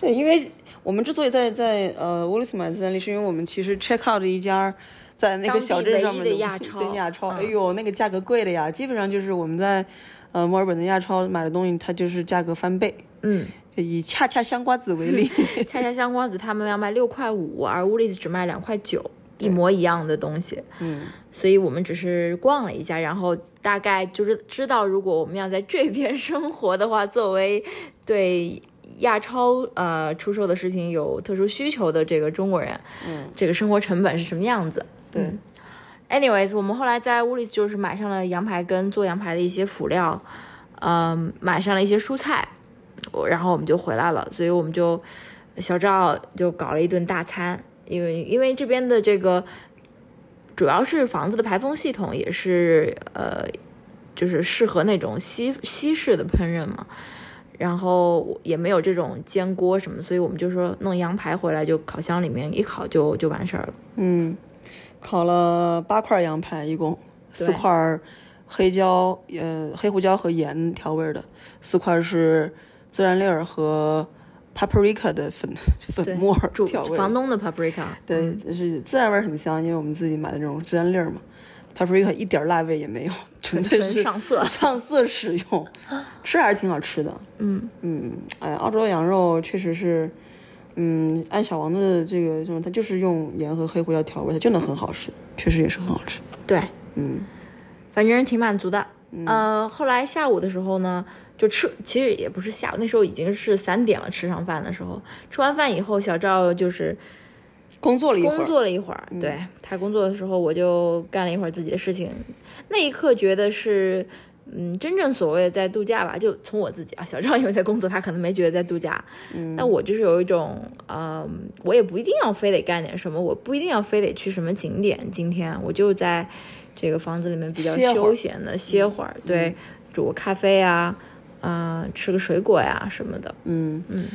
Speaker 1: 对，因为我们之所以在在呃乌里斯买自然力，是因为我们其实 check out 的一家。在那
Speaker 2: 当
Speaker 1: 个
Speaker 2: 地
Speaker 1: 小镇上
Speaker 2: 唯一
Speaker 1: 面
Speaker 2: 的
Speaker 1: 的
Speaker 2: 亚超
Speaker 1: 对亚超，
Speaker 2: 嗯
Speaker 1: 哎呦，那个价格贵的呀！基本上就是我们在，呃，墨尔本的亚超买的东西，它就是价格翻倍。
Speaker 2: 嗯，
Speaker 1: 以恰恰香瓜子为 例，
Speaker 2: 恰恰香瓜子他们要卖六块五，而乌里斯只卖两块九，一模一样的东西，
Speaker 1: 嗯，
Speaker 2: 所以我们只是逛了一下，然后大概就是知道，如果我们要在这边生活的话，作为对亚超呃出售的食品有特殊需求的这个中国人，
Speaker 1: 嗯，
Speaker 2: 这个生活成本是什么样子？
Speaker 1: 对
Speaker 2: 嗯 Anyways，我们后来在乌里斯就是买上了羊排跟做羊排的一些辅料，嗯，买上了一些蔬菜，我然后我们就回来了，所以我们就小赵就搞了一顿大餐，因为因为这边的这个主要是房子的排风系统也是呃，就是适合那种西西式的烹饪嘛，然后也没有这种煎锅什么，所以我们就说弄羊排回来就烤箱里面一烤就就完事儿了。
Speaker 1: 嗯，烤了八块羊排，一共四块儿黑椒，呃，黑胡椒和盐调味儿的，四块是孜然粒儿和 paprika 的粉
Speaker 2: 对
Speaker 1: 粉末儿
Speaker 2: 主
Speaker 1: 调味
Speaker 2: 房
Speaker 1: 儿。
Speaker 2: 东的 paprika，
Speaker 1: 对，就是孜然味儿很香，因为我们自己买的这种孜然粒儿嘛，paprika 一点儿辣味也 没有，纯粹
Speaker 2: 纯
Speaker 1: 是。
Speaker 2: 上 色
Speaker 1: 上色使用，吃还是挺好吃的。
Speaker 2: 嗯
Speaker 1: 嗯，哎，澳洲羊肉确实是，嗯，按小王的这个什么，它就是用盐和黑胡椒调味，它就能很好吃，确实也是很好吃。
Speaker 2: 对，
Speaker 1: 嗯，
Speaker 2: 反正挺满足的。呃，后来下午的时候呢，就吃，其实也不是下午，那时候已经是三点了。吃上饭的时候，吃完饭以后，小赵就是
Speaker 1: 工作了一会儿，
Speaker 2: 工作了一会儿，嗯对他工作的时候，我就干了一会儿自己的事情。那一刻觉得是，嗯，真正所谓的在度假吧。就从我自己啊，小赵因为在工作，他可能没觉得在度假。嗯，但我就是有一种，嗯，我也不一定要非得干点什么，我不一定要非得去什么景点。今天啊我就在这个房子里面比较
Speaker 1: 歇会儿
Speaker 2: 休闲的歇嗯会儿，对，煮个咖啡啊，啊、吃个水果呀、什么的。
Speaker 1: 嗯嗯，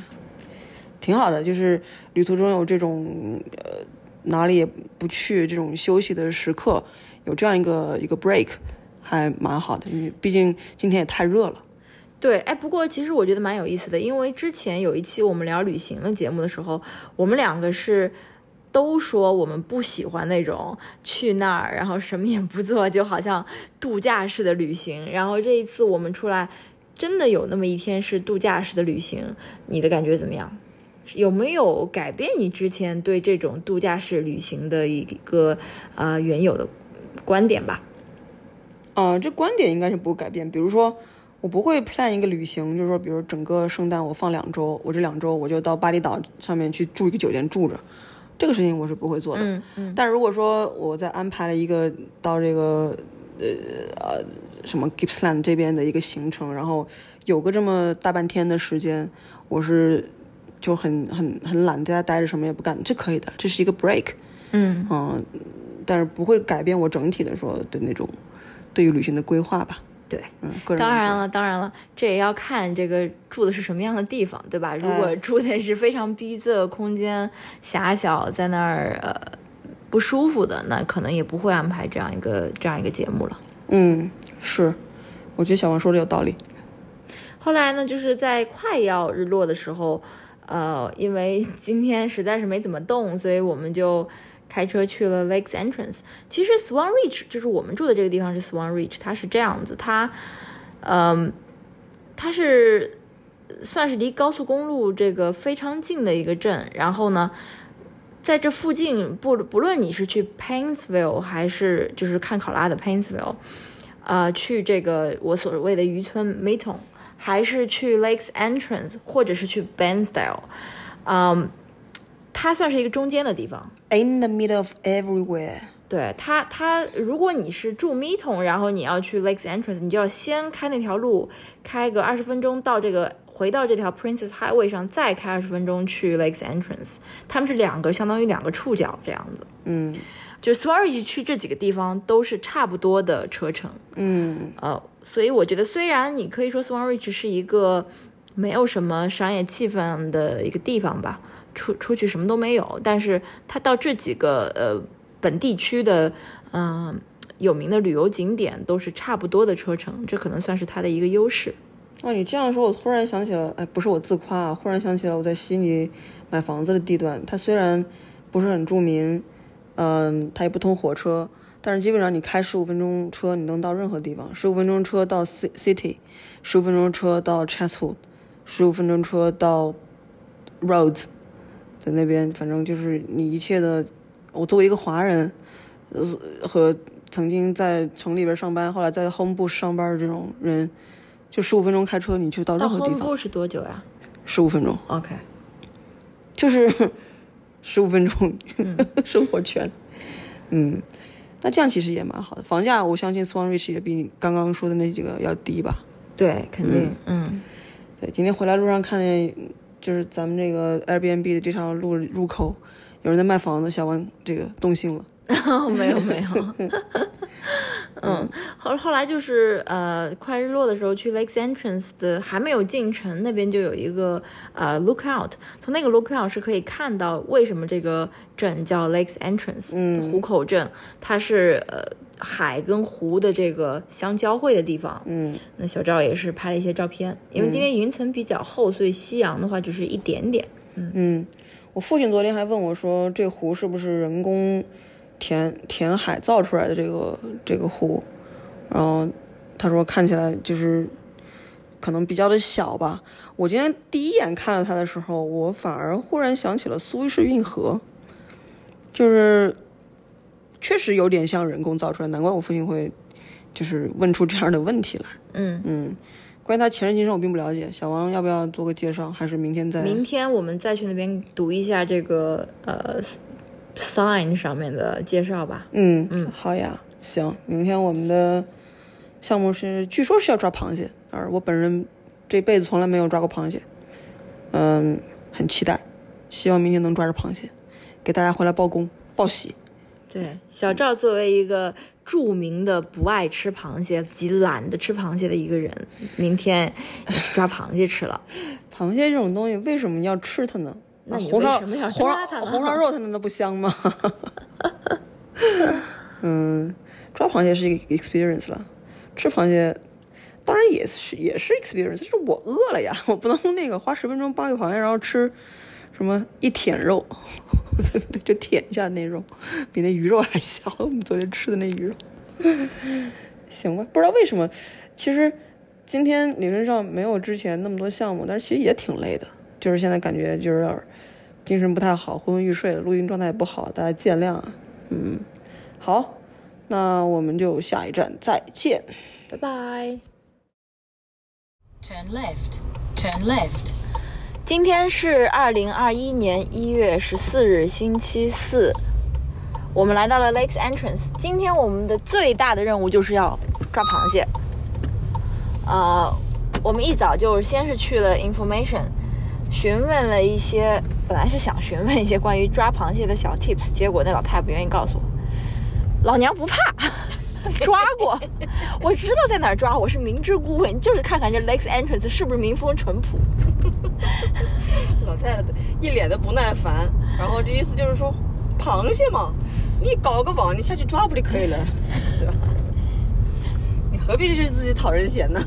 Speaker 1: 挺好的，就是旅途中有这种呃哪里也不去这种休息的时刻，有这样一个一个 break，还蛮好的，因为毕竟今天也太热了。
Speaker 2: 对，哎，不过其实我觉得蛮有意思的，因为之前有一期我们聊旅行的节目的时候，我们两个是都说我们不喜欢那种去那儿然后什么也不做，就好像度假式的旅行。然后这一次我们出来，真的有那么一天是度假式的旅行，你的感觉怎么样？有没有改变你之前对这种度假式旅行的一个呃原有的观点吧？
Speaker 1: 呃，这观点应该是不会改变。比如说，我不会 plan 一个旅行，就是说，比如整个圣诞我放两周，我这两周我就到巴厘岛上面去住一个酒店住着，这个事情我是不会做的。
Speaker 2: 嗯嗯
Speaker 1: 但如果说我在安排了一个到这个呃呃什么 Gippsland 这边的一个行程，然后有个这么大半天的时间，我是就很很很懒，在家待着什么也不干，这可以的，这是一个 break。
Speaker 2: 嗯。
Speaker 1: 嗯，但是不会改变我整体的说的那种对于旅行的规划吧。
Speaker 2: 对，
Speaker 1: 嗯，个人
Speaker 2: 当
Speaker 1: 来
Speaker 2: 然
Speaker 1: 说，
Speaker 2: 了，当然了，这也要看这个住的是什么样的地方，对吧？如果住的是非常逼仄、空间狭小，在那儿呃不舒服的，那可能也不会安排这样一个这样一个节目了。
Speaker 1: 嗯，是，我觉得小王说的有道理。
Speaker 2: 后来呢，就是在快要日落的时候，呃，因为 今天实在是没怎么动，所以我们就开车去了 Lakes Entrance。其实 Swan Reach 就是我们住的这个地方是 Swan Reach，它是这样子，它，嗯，它是算是离高速公路这个非常近的一个镇。然后呢，在这附近，不不论你是去 Painesville 还是就是看考拉的 Painesville，呃，去这个我所谓的渔村 Maton，还是去 Lakes Entrance，或者是去 Bansdale，嗯，它算是一个中间的地方。
Speaker 1: In the middle of everywhere，
Speaker 2: 对它，它如果你是住 Meton，然后你要去 Lakes Entrance，你就要先开那条路，开个二十分钟到这个，回到这条 Princess Highway 上，再开二十分钟去 Lakes Entrance。他们是两个，相当于两个触角这样子。
Speaker 1: 嗯
Speaker 2: 就 Swarovski 去这几个地方都是差不多的车程，
Speaker 1: 嗯，
Speaker 2: 呃，所以我觉得，虽然你可以说 Swan Ridge 是一个没有什么商业气氛的一个地方吧，出出去什么都没有，但是它到这几个呃本地区的嗯、呃有名的旅游景点都是差不多的车程，这可能算是它的一个优势。
Speaker 1: 哦，你这样说，我突然想起了，哎，不是我自夸啊，忽然想起了我在悉尼买房子的地段，它虽然不是很著名，嗯，它也不通火车，但是基本上你开十五分钟车，你能到任何地方，十五分钟车到 C City，十五分钟车到 Chatswood，十五分钟车到 Roads，在那边，反正就是你一切的，我作为一个华人，呃，和曾经在城里边上班，后来在 Home Bush 上班的这种人。就十五分钟开车，你就到任
Speaker 2: 到
Speaker 1: 何地
Speaker 2: Home
Speaker 1: 方。
Speaker 2: Bush 是多久呀、
Speaker 1: 十五分钟，
Speaker 2: o k
Speaker 1: 就是 十五分钟、 生活圈。嗯，那这样其实也蛮好的。房价我相信 Swan Ridge 也比你刚刚说的那几个要低吧？
Speaker 2: 对，肯定，嗯
Speaker 1: 对，今天回来路上看见，就是咱们这个 Airbnb 的这条路入口有人在卖房子，小王这个动心了。
Speaker 2: 哦， 没有没有。 嗯，后后来就是呃，快日落的时候去 Lakes Entrance 的还没有进城那边就有一个呃 lookout，从那个 lookout 是可以看到为什么这个镇叫 Lakes Entrance，
Speaker 1: 嗯
Speaker 2: 湖口镇，它是呃海跟湖的这个相交汇的地方。
Speaker 1: 嗯
Speaker 2: 那小赵也是拍了一些照片，因为今天云层比较厚，所以夕阳的话就是一点点。
Speaker 1: 嗯，我父亲昨天还问我说，这湖是不是人工填填海造出来的这个这个湖？然后他说看起来就是可能比较的小吧。我今天第一眼看到它的时候，我反而忽然想起了苏伊士运河，就是确实有点像人工造出来，难怪我父亲会就是问出这样的问题来。
Speaker 2: 嗯，
Speaker 1: 嗯，关于他前世今生我并不了解，小王要不要做个介绍？还是明天再？
Speaker 2: 明天我们再去那边读一下这个呃 sign 上面的介绍吧。
Speaker 1: 嗯嗯，好呀，行，明天我们的项目是，据说是要抓螃蟹，而我本人这辈子从来没有抓过螃蟹，嗯，很期待，希望明天能抓着螃蟹，给大家回来报功报喜。
Speaker 2: 对，小赵作为一个著名的不爱吃螃蟹及懒得吃螃蟹的一个人，明天也去抓螃蟹吃了。
Speaker 1: 螃蟹这种东西为什么要吃它呢？啊
Speaker 2: 那你
Speaker 1: 红烧
Speaker 2: 为什么要
Speaker 1: 红
Speaker 2: 抓它
Speaker 1: 烧
Speaker 2: 呢
Speaker 1: 红烧肉它难道不香吗？ 嗯，抓螃蟹是一个 experience 了，吃螃蟹当然也是也是 experience，就是我饿了呀，我不能那个花十分钟扒个螃蟹，然后吃什么一舔肉， 对对，就舔一下那肉，比那鱼肉还小，我们昨天吃的那鱼肉。 行吧，不知道为什么，其实今天理论上没有之前那么多项目，但是其实也挺累的，就是现在感觉就是有点儿精神不太好，昏昏欲睡的，录音状态也不好，大家见谅啊。嗯，好，那我们就下一站再 见。
Speaker 2: 拜拜。
Speaker 4: Turn left. Turn left.
Speaker 2: 今天是二零二一年一月十四日，星期四。我们来到了 Lakes Entrance。今天我们的最大的任务就是要抓螃蟹。呃，我们一早就先是去了 Information，询问了一些，本来是想询问一些关于抓螃蟹的小 tips，结果那老太不愿意告诉我。老娘不怕， 抓过，我知道在哪儿抓，我是明知故问，就是看看这 Lakes Entrance 是不是民风淳朴。
Speaker 1: 老太太一脸的不耐烦，然后这意思就是说，螃蟹嘛，你搞个网，你下去抓不就可以了，对吧？你何必是自己讨人嫌呢？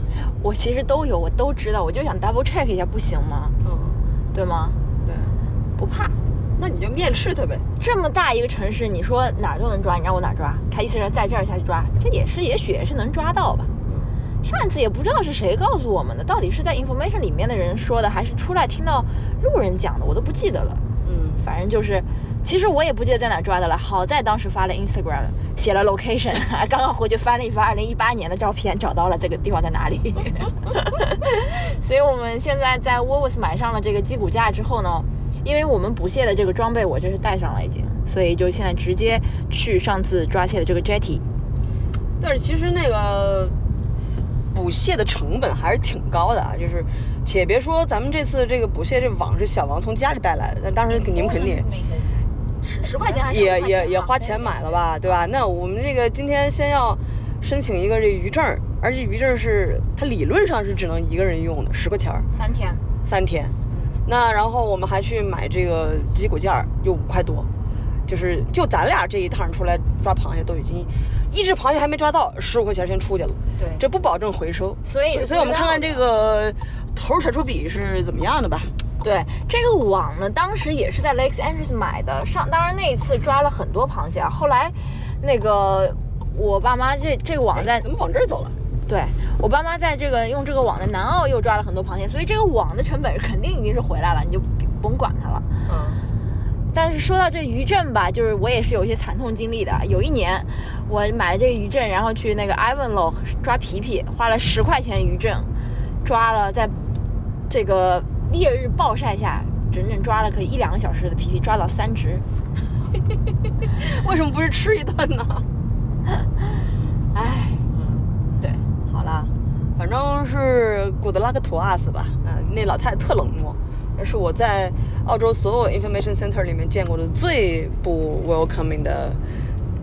Speaker 2: 我其实都有，我都知道，我就想 double check 一下，不行吗？
Speaker 1: 嗯，
Speaker 2: 对吗？
Speaker 1: 对，
Speaker 2: 不怕，
Speaker 1: 那你就面斥他呗。
Speaker 2: 这么大一个城市，你说哪儿都能抓，你让我哪儿抓？他意思是在这儿下去抓，这也是也许也是能抓到吧。上一次也不知道是谁告诉我们的，到底是在 information 里面的人说的，还是出来听到路人讲的，我都不记得了。
Speaker 1: 嗯
Speaker 2: 反正就是其实我也不记得在哪儿抓的了，好在当时发了 Instagram，写了 location，刚 刚回去翻了一翻二零一八年的照片，找到了这个地方在哪里。 所以我们现在在 Woolworths 买上了这个鸡骨架之后呢，因为我们捕蟹的这个装备我这是带上了已经，所以就现在直接去上次抓蟹的这个 jetty。
Speaker 1: 但是其实那个捕蟹的成本还是挺高的啊，就是且别说咱们这次这个捕蟹这网是小王从家里带来的，但当时你们肯定
Speaker 4: meters.
Speaker 2: 十十块钱还是
Speaker 1: 也
Speaker 2: 15块钱
Speaker 1: 也也
Speaker 2: 啊
Speaker 1: 嗯花钱买了吧，对吧？那我们这个今天先要申请一个这鱼证儿，而且鱼证儿是它理论上是只能一个人用的，十块钱儿
Speaker 2: 三天，
Speaker 1: 三天。那然后我们还去买这个鸡骨架儿，就五块多，就是就咱俩这一趟出来抓螃蟹都已经一只螃蟹还没抓到，十五块钱先出去了。
Speaker 2: 对
Speaker 1: 这不保证回收，
Speaker 2: 所以
Speaker 1: 所以我们看看
Speaker 2: 不知
Speaker 1: 这个头产出比是怎么样的吧。
Speaker 2: 对，这个网呢，当时也是在 Lakes Entrance 买的，上当然那一次抓了很多螃蟹啊。后来，那个我爸妈这这个网在
Speaker 1: 哎怎么往这儿走了？
Speaker 2: 对我爸妈在这个用这个网在南澳又抓了很多螃蟹，所以这个网的成本肯定已经是回来了，你就甭管它了。
Speaker 1: 嗯，
Speaker 2: 但是说到这渔证吧，就是我也是有一些惨痛经历的。有一年，我买了这个渔证，然后去那个 Ivanhoe 抓皮皮，花了十块钱渔证，抓了在这个烈日暴晒下，整整抓了可一两个小时的皮皮，抓到三只。
Speaker 1: 为什么不是吃一顿呢？
Speaker 2: 唉，对，
Speaker 1: 好啦，反正是 good luck to us 吧。嗯、那老太太特冷漠，这是我在澳洲所有 information center 里面见过的最不 welcoming 的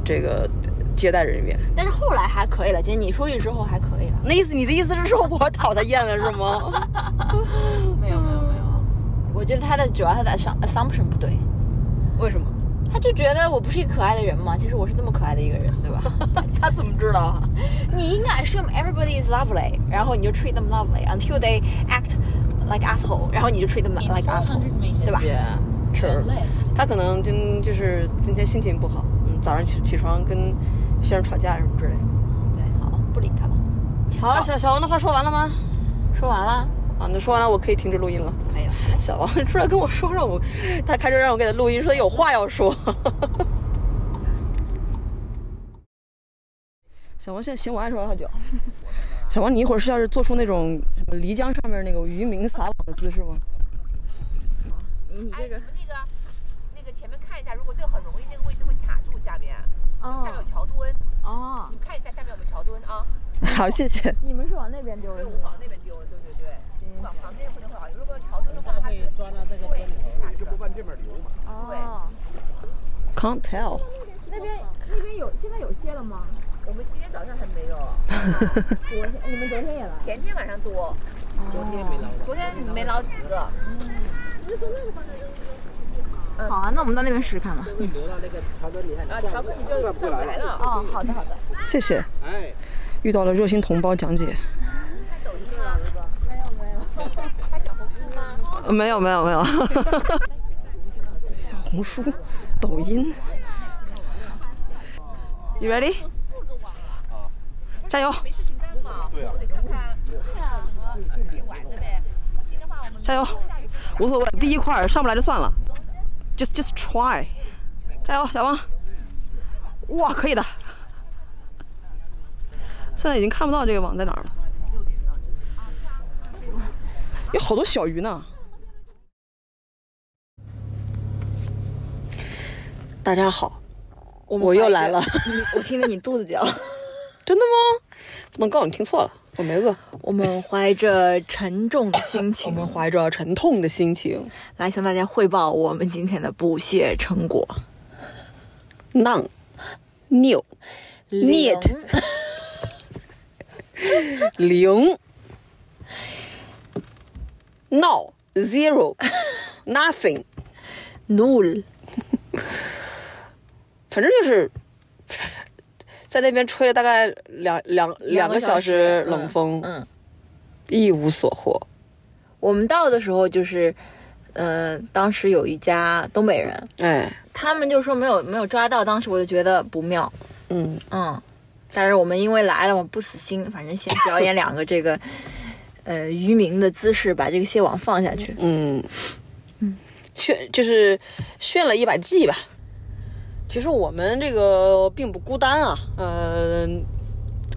Speaker 1: 这个接待人员。
Speaker 2: 但是后来还可以了，姐你出去之后还可以了。
Speaker 1: 那意思，你的意思是说我讨她厌了是吗？
Speaker 2: 没有没有没有，我觉得他的主要他的 assum- assumption 不对，
Speaker 1: 为什么？
Speaker 2: 他就觉得我不是一个可爱的人嘛，其实我是那么可爱的一个人，对吧？
Speaker 1: 她怎么知道啊？
Speaker 2: 你应该 assume everybody is lovely，然后你就 treat them lovely until they act like asshole，然后你就 treat them
Speaker 4: In
Speaker 2: like asshole，
Speaker 4: 400 meters,
Speaker 2: 对吧？
Speaker 1: 也
Speaker 4: turn left.
Speaker 1: 她可能今就是今天心情不好，嗯，早上起起床跟先生吵架什么之类的。
Speaker 2: 对，好，不理他了。
Speaker 1: 好了，小小王的话说完了吗？
Speaker 2: 说完了，哎
Speaker 1: 啊，那说完了，我可以停止录音了。
Speaker 2: 可以了。
Speaker 1: 小王出来跟我说让我，他开车让我给他录音，说有话要说。 小王现在嫌我爱说爱喝酒。 小王，你一会儿是要是做出那种什么漓江上面那个渔民撒网的姿势吗？
Speaker 2: 你这
Speaker 5: 那
Speaker 2: 个，
Speaker 5: 个那个前面看一下，如果这个很容易，那个位置会卡住下面，
Speaker 2: 哦
Speaker 5: 下面有桥墩，
Speaker 2: 哦
Speaker 5: 你，们看一下下面有没有桥墩啊？
Speaker 1: 好，谢谢。
Speaker 2: 你们是往那边丢的
Speaker 5: 对，我们往那边丢了，对对对，我们往旁边会能会好，如果有桥墩的话，它是
Speaker 6: 抓到这个
Speaker 5: 会
Speaker 6: 圈里头，
Speaker 5: 卡住的。
Speaker 2: 哦，
Speaker 1: Can't tell。
Speaker 2: 那边那边有现在有蟹了吗？
Speaker 5: 我们今天早上还没有，啊
Speaker 2: 昨天
Speaker 5: 哎
Speaker 2: 你们昨天也来？
Speaker 5: 前天晚上多，
Speaker 6: 昨天没捞到。
Speaker 5: 昨天没捞几个。
Speaker 2: 好啊，那我们到那边试试看吧。
Speaker 6: 就会流到那个桥墩，你看
Speaker 5: 啊，
Speaker 6: 转
Speaker 5: 乔
Speaker 6: 不
Speaker 5: 哥你
Speaker 6: 转
Speaker 5: 就
Speaker 6: 不
Speaker 5: 上不
Speaker 6: 来
Speaker 5: 来。了，
Speaker 2: 哦，好的好的。
Speaker 1: 谢谢，
Speaker 6: 哎，
Speaker 1: 遇到了热心同胞讲解。呃没有没有没 有，小红书、抖音，You ready？加油！
Speaker 6: 对啊，
Speaker 1: 加油，无所谓，第一块儿上不来就算了，just just try，加油，小王，哇，可以的。现在已经看不到这个网在哪儿了，有好多小鱼呢。大家好，
Speaker 2: 我
Speaker 1: 我又来了，
Speaker 2: 嗯我听着你肚子叫。
Speaker 1: 真的吗？不能告诉你听错了，我没饿。
Speaker 2: 我们怀着沉重的心
Speaker 1: 我
Speaker 2: 情
Speaker 1: 们怀着沉痛的心情
Speaker 2: 来向大家汇报我们今天的捕蟹成果。
Speaker 1: ，non new Neat 零，no zero nothing，
Speaker 2: null
Speaker 1: 反正就是在那边吹了大概两两两个小时冷风，
Speaker 2: 嗯，
Speaker 1: 一无所获。
Speaker 2: 我们到的时候就是，呃，当时有一家东北人，
Speaker 1: 哎，
Speaker 2: 他们就说没有没有抓到，当时我就觉得不妙，
Speaker 1: 嗯，
Speaker 2: 嗯，但是我们因为来了，我不死心，反正先表演两个这 个，呃，渔民的姿势，把这个蟹网放下去。
Speaker 1: 嗯，炫就是炫了一把 G 吧。其实我们这个并不孤单啊，呃，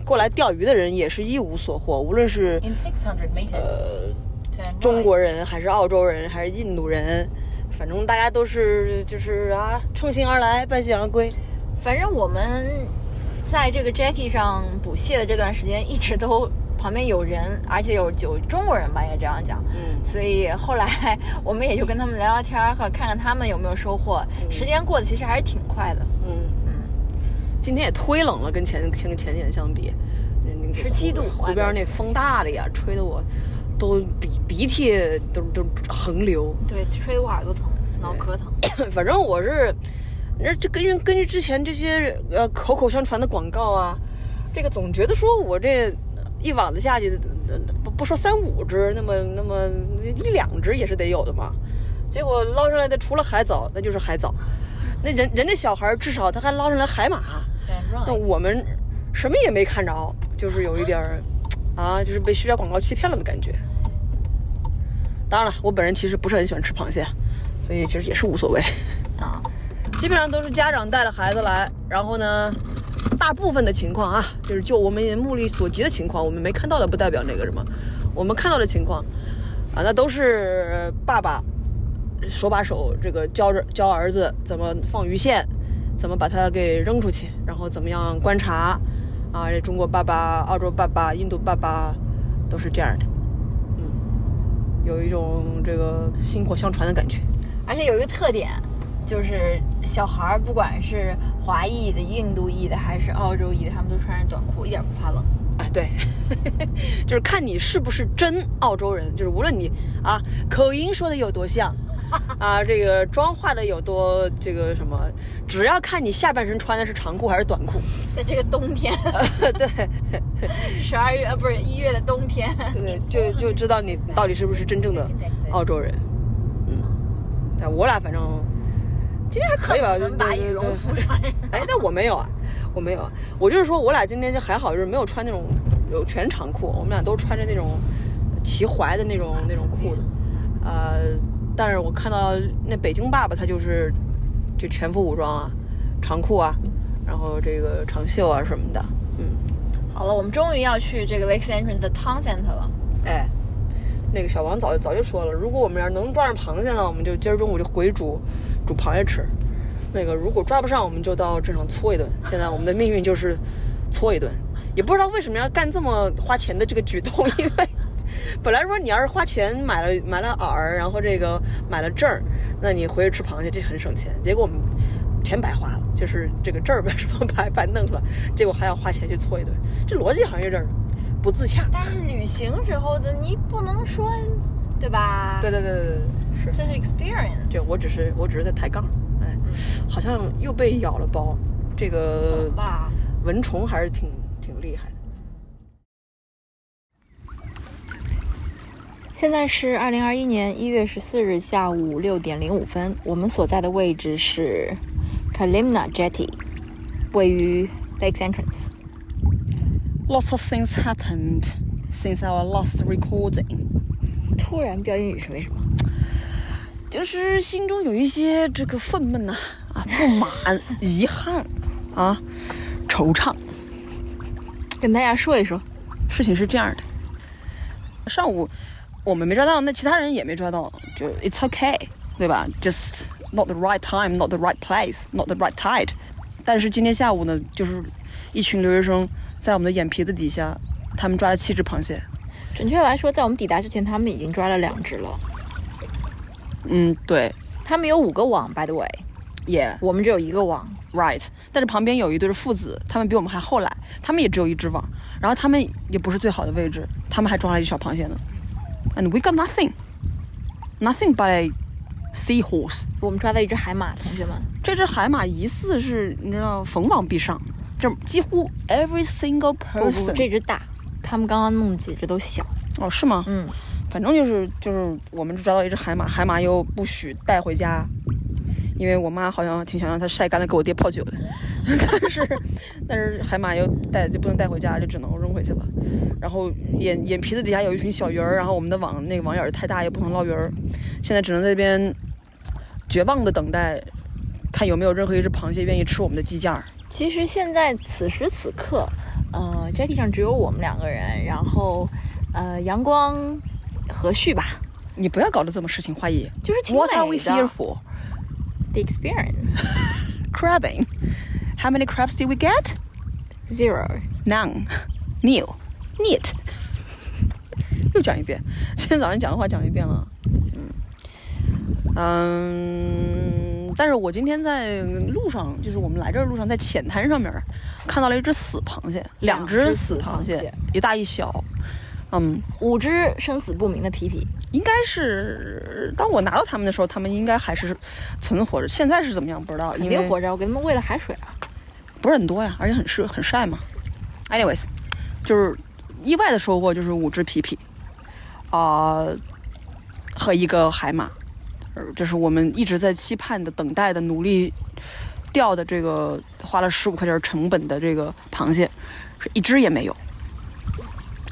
Speaker 1: 过来钓鱼的人也是一无所获，无论是
Speaker 4: In 600 meters, turn
Speaker 1: 中国
Speaker 4: right.
Speaker 1: 人还是澳洲人还是印度人，反正大家都是就是啊，乘兴而来，伴兴而归。
Speaker 2: 反正我们在这个 jetty 上捕蟹的这段时间，一直都旁边有人，而且有有中国人吧，也这样讲。
Speaker 1: 嗯，
Speaker 2: 所以后来我们也就跟他们聊聊天儿，和看看他们有没有收获。时间过得其实还是挺快的，
Speaker 1: 嗯，今天也忒冷了，跟前前跟前年相比，那个
Speaker 2: 17度
Speaker 1: 湖湖边那风大的呀，吹得我都鼻鼻涕都都横流。
Speaker 2: 对，吹得我耳朵疼，脑壳疼。
Speaker 1: 反正我是，那这根据根据之前这些呃口口相传的广告啊，这个总觉得说我这一网子下去，呃不不说三五只，那么那么一两只也是得有的嘛。结果捞上来的除了海藻，那就是海藻。那人人家小孩儿至少他还捞上来海马，
Speaker 4: Turn
Speaker 1: 那
Speaker 4: right.
Speaker 1: 我们什么也没看着，就是有一点儿啊，就是被虚假广告欺骗了的感觉。当然了，我本人其实不是很喜欢吃螃蟹，所以其实也是无所谓。
Speaker 2: 啊，
Speaker 1: 基本上都是家长带着孩子来，然后呢，大部分的情况啊，就是就我们目力所及的情况，我们没看到的不代表那个什么，我们看到的情况啊，那都是爸爸手把手这个教着教儿子怎么放鱼线，怎么把它给扔出去，然后怎么样观察啊，这中国爸爸、澳洲爸爸、印度爸爸都是这样的，嗯，有一种这个薪火相传的感觉。
Speaker 2: 而且有一个特点，就是小孩儿不管是华裔的、印度裔的还是澳洲裔的，他们都穿着短裤，一点儿不怕冷。
Speaker 1: 啊，对， 就是看你是不是真澳洲人，就是无论你啊口音说的有多像，啊这个妆化的有多这个什么，只要看你下半身穿的是长裤还是短裤，
Speaker 2: 在这个冬 天，
Speaker 1: 对，
Speaker 2: 十二月呃不是一月的冬 天，
Speaker 1: 对就就知道你到底是不是真正的澳洲人。嗯，但我俩反正今天还可以 吧，
Speaker 2: 我们
Speaker 1: 对
Speaker 2: 把
Speaker 1: 对
Speaker 2: 羽
Speaker 1: 对
Speaker 2: 绒服穿 上。
Speaker 1: 哎，但我没有啊，我没有啊，我就是说我俩今天就还好，就是没有穿那种有全长裤，我们俩都穿着那种齐踝的那种那种裤子，呃，但是我看到那北京爸爸他就是就全副武装啊，长裤啊，然后这个长袖啊什么的，嗯，
Speaker 2: 好了，我们终于要去这个 Lakes Entrance 的 Town Center 了。
Speaker 1: 哎，那个小王早就早就说了，如果我们要是能抓上螃蟹呢，我们就今儿中午就回煮煮螃蟹吃，那个如果抓不上，我们就到镇上搓一顿。现在我们的命运就是搓一顿，也不知道为什么要干这么花钱的这个举动， 因为本来说你要是花钱买了买了饵，然后这个买了证儿，那你回去吃螃蟹这很省钱。结果我们钱白花了，就是这个证儿为 什么白白弄了，结果还要花钱去搓一顿，这逻辑好像有点儿不自洽。
Speaker 2: 但是旅行时候的你不能说，对吧？
Speaker 1: 对，对对对对对，是。
Speaker 2: 这是 experience。
Speaker 1: 这我只是我只是在抬杠，哎，好像又被咬了包，这个
Speaker 2: 好吧，
Speaker 1: 蚊虫还是挺挺厉害的。
Speaker 2: 现在是二零二一年一月十四日下午六点零五分，我们所在的位置是 Kalimna Jetty，位于 Lakes Entrance。
Speaker 1: Lots of things happened since our last recording，
Speaker 2: 突然标英语是为什么？
Speaker 1: 就是心中有一些这个愤懑呐、啊，不满、 遗憾啊、惆怅。
Speaker 2: 跟大家说一说。
Speaker 1: 事情是这样的，上午我们没抓到，那其他人也没抓到，就 it's okay，对吧？Just not the right time, not the right place, not the right tide。但是今天下午呢，就是一群留学生在我们的眼皮子底下，他们抓了七只螃蟹。
Speaker 2: 准确来说，在我们抵达之前，他们已经抓了两只了。
Speaker 1: 嗯，对
Speaker 2: 他们有五个网，by the way，
Speaker 1: ，yeah。
Speaker 2: 我们只有一个网。
Speaker 1: Right，但是旁边有一对是父子，他们比我们还后来，他们也只有一只网，然后他们也不是最好的位置，他们还抓了一只小螃蟹呢。And we got nothing, nothing but a seahorse.
Speaker 2: 我们抓到一只海马，同学们。
Speaker 1: 这只海马疑似是你知道逢网必上，就是几乎 every single
Speaker 2: 不不，
Speaker 1: person
Speaker 2: 这只大，他们刚刚弄几只都小。
Speaker 1: 哦是吗？
Speaker 2: 嗯，
Speaker 1: 反正就是就是我们就抓到一只海马，海马又不许带回家，因为我妈好像挺想让它晒干了给我爹泡酒的， 但是但是海马又带就不能带回家，就只能扔回去了。然后眼眼皮子底下有一群小鱼儿，然后我们的网那个网眼儿太大，也不能捞鱼儿，现在只能在这边绝望的等待，看有没有任何一只螃蟹愿意吃我们的鸡架儿。
Speaker 2: 其实现在此时此刻，呃，jetty 上只有我们两个人，然后，呃，阳光和煦吧，
Speaker 1: 你不要搞得这么诗情画意。
Speaker 2: 就是挺
Speaker 1: What are we
Speaker 2: 美
Speaker 1: here
Speaker 2: 的。
Speaker 1: for?
Speaker 2: The experience
Speaker 1: Crabbing. How many crabs did we get?
Speaker 2: zero，
Speaker 1: None. New. Neat. 又讲一遍，今天早上讲的话讲一遍了。嗯，嗯，但是我今天在路上，就是我们来这儿路上，在浅滩上面儿看到了一只死螃蟹，两只死螃
Speaker 2: 两只死螃蟹
Speaker 1: 一大一小。嗯，
Speaker 2: 五只生死不明的皮皮，
Speaker 1: 应该是当我拿到它们的时候，它们应该还是存活着。现在是怎么样不知道，
Speaker 2: 肯
Speaker 1: 因
Speaker 2: 定
Speaker 1: 为
Speaker 2: 活着。我给他们喂了海水啊，
Speaker 1: 不是很多呀，而且很是很晒嘛。Anyways，就是意外的收获就是五只皮皮，啊、和一个海马，呃这是我们一直在期盼的、等待的、努力钓的这个花了十五块钱成本的这个螃蟹，是一只也没有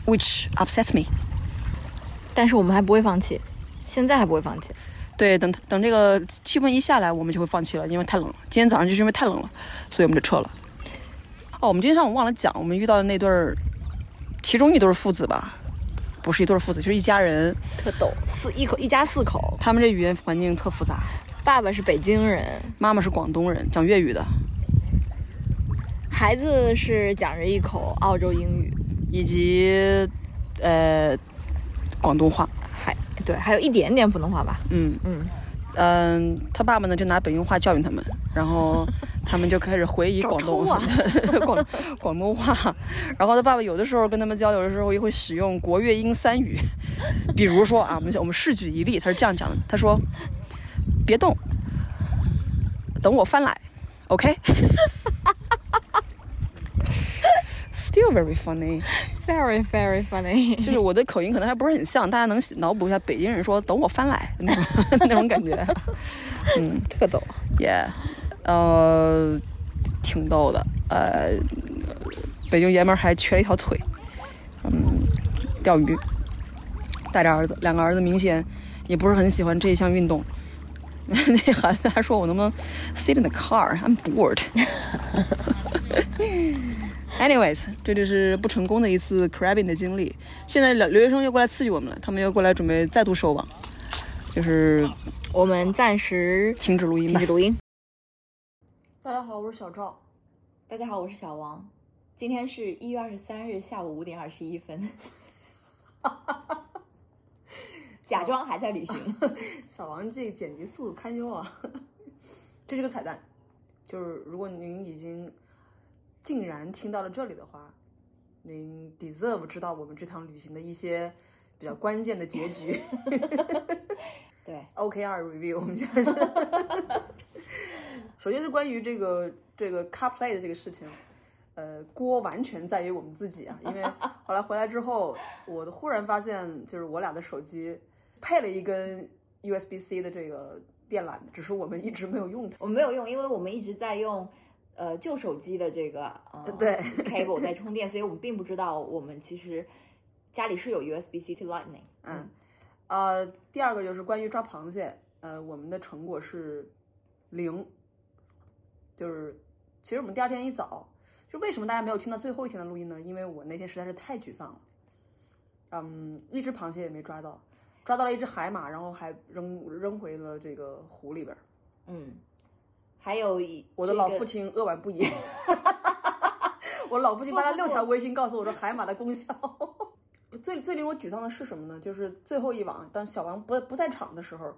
Speaker 1: ，which upsets me。
Speaker 2: 但是我们还不会放弃，现在还不会放弃。
Speaker 1: 对，等等这个气温一下来，我们就会放弃了，因为太冷了。今天早上就是因为太冷了，所以我们就撤了。哦，我们今天上午忘了讲，我们遇到的那对儿，其中一对儿父子吧，不是一对儿父子，就是一家人。
Speaker 2: 特逗，四一口一家四口，
Speaker 1: 他们这语言环境特复杂，
Speaker 2: 爸爸是北京人，
Speaker 1: 妈妈是广东人，讲粤语的，
Speaker 2: 孩子是讲着一口澳洲英语，
Speaker 1: 以及呃广东话。
Speaker 2: 还对，还有一点点普通话吧。
Speaker 1: 嗯
Speaker 2: 嗯
Speaker 1: 嗯，他爸爸呢就拿北京话教育他们，然后他们就开始回忆
Speaker 2: 找
Speaker 1: 广东、
Speaker 2: 抽啊
Speaker 1: 广广东话。然后他爸爸有的时候跟他们交流的时候，也会使用国粤英三语， 比如说啊，我们我们试举一例，他是这样讲的：他说：“别动，等我翻来，OK 。” Still very funny，
Speaker 2: Very very funny。
Speaker 1: 就是我的口音可能还不是很像，大家能脑补一下北京人说“等我翻来”那种 那种感觉。嗯， 特逗，Yeah，呃，挺逗的，呃，北京爷们儿还瘸了一条腿，嗯，钓鱼，带着儿子，两个儿子明显也不是很喜欢这一项运动。 那孩子还说：“我能不能 sit in the car? I'm bored. ”Anyways，这就是不成功的一次 crabbing 的经历。现在留留学生又过来刺激我们了，他们又过来准备再度收网，就是
Speaker 2: 我们暂时
Speaker 1: 停止录音
Speaker 2: 停
Speaker 1: 吧
Speaker 2: 止。录音。
Speaker 1: 大家好，我是小赵。
Speaker 2: 大家好，我是小王，今天是一月二十三日下午五点二十一分，假装还在 旅行。
Speaker 1: 小王这剪辑速度堪忧啊！ 这是个彩蛋，就是如果您已经竟然听到了这里的话，您 deserve 知道我们这趟旅行的一些比较关键的结局。
Speaker 2: 对
Speaker 1: OKR review，我们现在是， 首先是关于这个这个 car play 的这个事情，呃，锅完全在于我们自己啊，因为后来回来之后，我忽然发现，就是我俩的手机配了一根 USB-C 的这个电缆，只是我们一直没有用它。
Speaker 2: 我们没有用，因为我们一直在用。呃，旧手机的这个呃
Speaker 1: 对
Speaker 2: cable 在充电，所以我们并不知道我们其实家里是有 USB-C to Lightning。
Speaker 1: 嗯，呃，第二个就是关于抓螃蟹，呃，我们的成果是零，就是其实我们第二天一早，就为什么大家没有听到最后一天的录音呢？因为我那天实在是太沮丧了，嗯，一只螃蟹也没抓到，抓到了一只海马，然后还扔扔回了这个湖里边儿。
Speaker 2: 嗯，还有一
Speaker 1: 我的
Speaker 2: 这
Speaker 1: 老
Speaker 2: 个
Speaker 1: 父亲扼腕不 已， 我老父亲发了
Speaker 2: 不不
Speaker 1: 六条微信告诉我说海马的功效。 最最令我沮丧的是什么呢？就是最后一网，当小王不不在场的时候，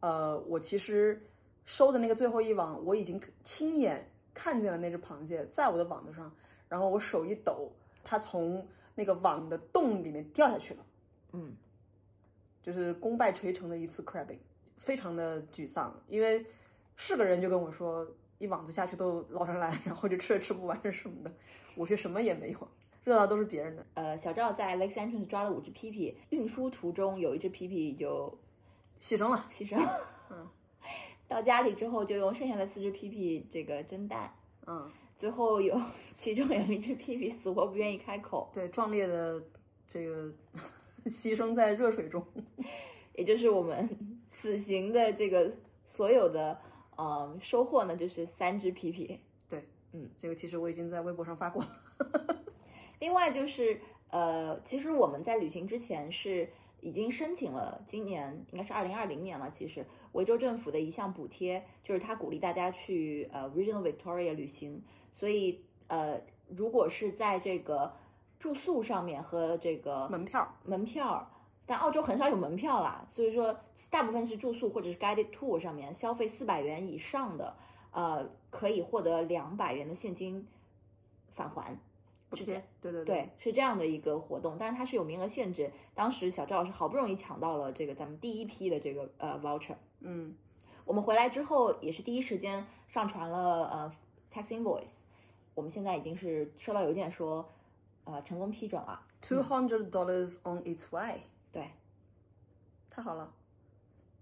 Speaker 1: 呃，我其实收的那个最后一网，我已经亲眼看见了那只螃蟹在我的网子上，然后我手一抖，它从那个网的洞里面掉下去了。
Speaker 2: 嗯，
Speaker 1: 就是功败垂成的一次 crabbing，非常的沮丧，因为是个人就跟我说一网子下去都捞上来，然后就吃也吃不完什么的，我却什么也没有，热闹都是别人的。
Speaker 2: 呃，小赵在 Lake Entrance 抓了五只皮皮，运输途中有一只皮皮就
Speaker 1: 牺牲了，
Speaker 2: 牺牲了。
Speaker 1: 嗯
Speaker 2: 到家里之后就用剩下的四只皮皮这个蒸蛋，
Speaker 1: 嗯，
Speaker 2: 最后有其中有一只皮皮死活不愿意开口，
Speaker 1: 对，壮烈的这个 牺牲在热水中，
Speaker 2: 也就是我们此行的这个所有的呃收获呢，就是三只皮皮。
Speaker 1: 对，
Speaker 2: 嗯，
Speaker 1: 这个其实我已经在微博上发过了。
Speaker 2: 另外就是呃，其实我们在旅行之前是已经申请了今年应该是二零二零年了，其实维州政府的一项补贴，就是它鼓励大家去呃 Regional Victoria 旅行，所以呃，如果是在这个住宿上面和这个
Speaker 1: 门票
Speaker 2: 门票。但澳洲很少有门票啦，所以说大部分是住宿或者是 guided tour 上面消费四百元以上的，呃，可以获得两百元的现金返还，
Speaker 1: 补
Speaker 2: 是这
Speaker 1: 贴，对对
Speaker 2: 对，是这样的一个活动，但是它是有名额限制。当时小赵老师好不容易抢到了这个咱们第一批的这个呃 voucher，
Speaker 1: 嗯，
Speaker 2: 我们回来之后也是第一时间上传了呃 tax invoice，我们现在已经是收到邮件说呃成功批准了，
Speaker 1: ，two hundred dollars on its way，
Speaker 2: 对，
Speaker 1: 太好了，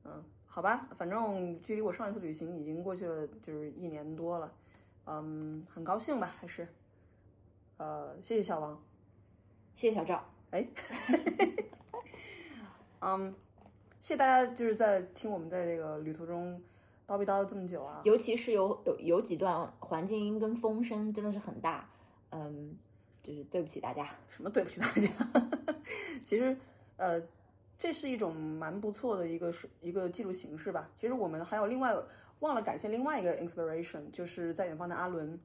Speaker 1: 嗯，好吧，反正距离我上一次旅行已经过去了，就是一年多了，嗯，很高兴吧，还是，呃，谢谢小王，
Speaker 2: 谢谢小赵，
Speaker 1: 哎， 嗯，谢谢大家，就是在听我们在这个旅途中叨逼叨这么久啊，
Speaker 2: 尤其是有有有几段环境音跟风声真的是很大，嗯，就是对不起大家，
Speaker 1: 什么对不起大家。 其实，呃，这是一种蛮不错的一个是一个记录形式吧。其实我们还有另外忘了感谢另外一个 inspiration，就是在远方的阿伦，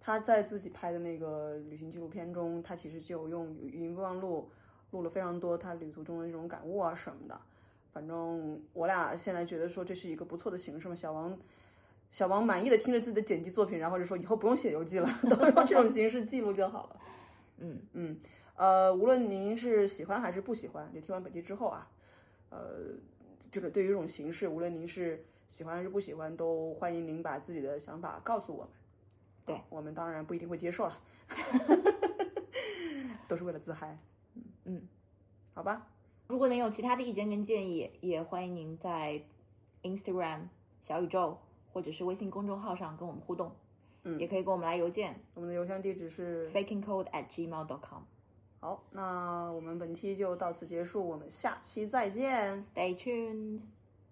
Speaker 1: 他在自己拍的那个旅行纪录片中，他其实就用语音备忘录录了非常多他旅途中的这种感悟啊什么的。反正我俩现在觉得说这是一个不错的形式嘛，小王。小王满意的听着自己的剪辑作品，然后就说以后不用写游记了， 都用这种形式记录就好了。
Speaker 2: 嗯
Speaker 1: 嗯，呃，无论您是喜欢还是不喜欢，就听完本期之后啊，呃，就是对于这种形式，无论您是喜欢还是不喜欢，都欢迎您把自己的想法告诉我们。
Speaker 2: 对
Speaker 1: 我们当然不一定会接受了， 都是为了自嗨。嗯
Speaker 2: 嗯，
Speaker 1: 好吧，
Speaker 2: 如果您有其他的意见跟建议，也欢迎您在 Instagram 小宇宙或者是微信公众号上跟我们互动。
Speaker 1: 嗯
Speaker 2: 也可以给我们来邮件
Speaker 1: 我们的邮箱地址是
Speaker 2: fakingcode at gmail.com。
Speaker 1: 好，那我们本期就到此结束，我们下期再见。
Speaker 2: Stay tuned.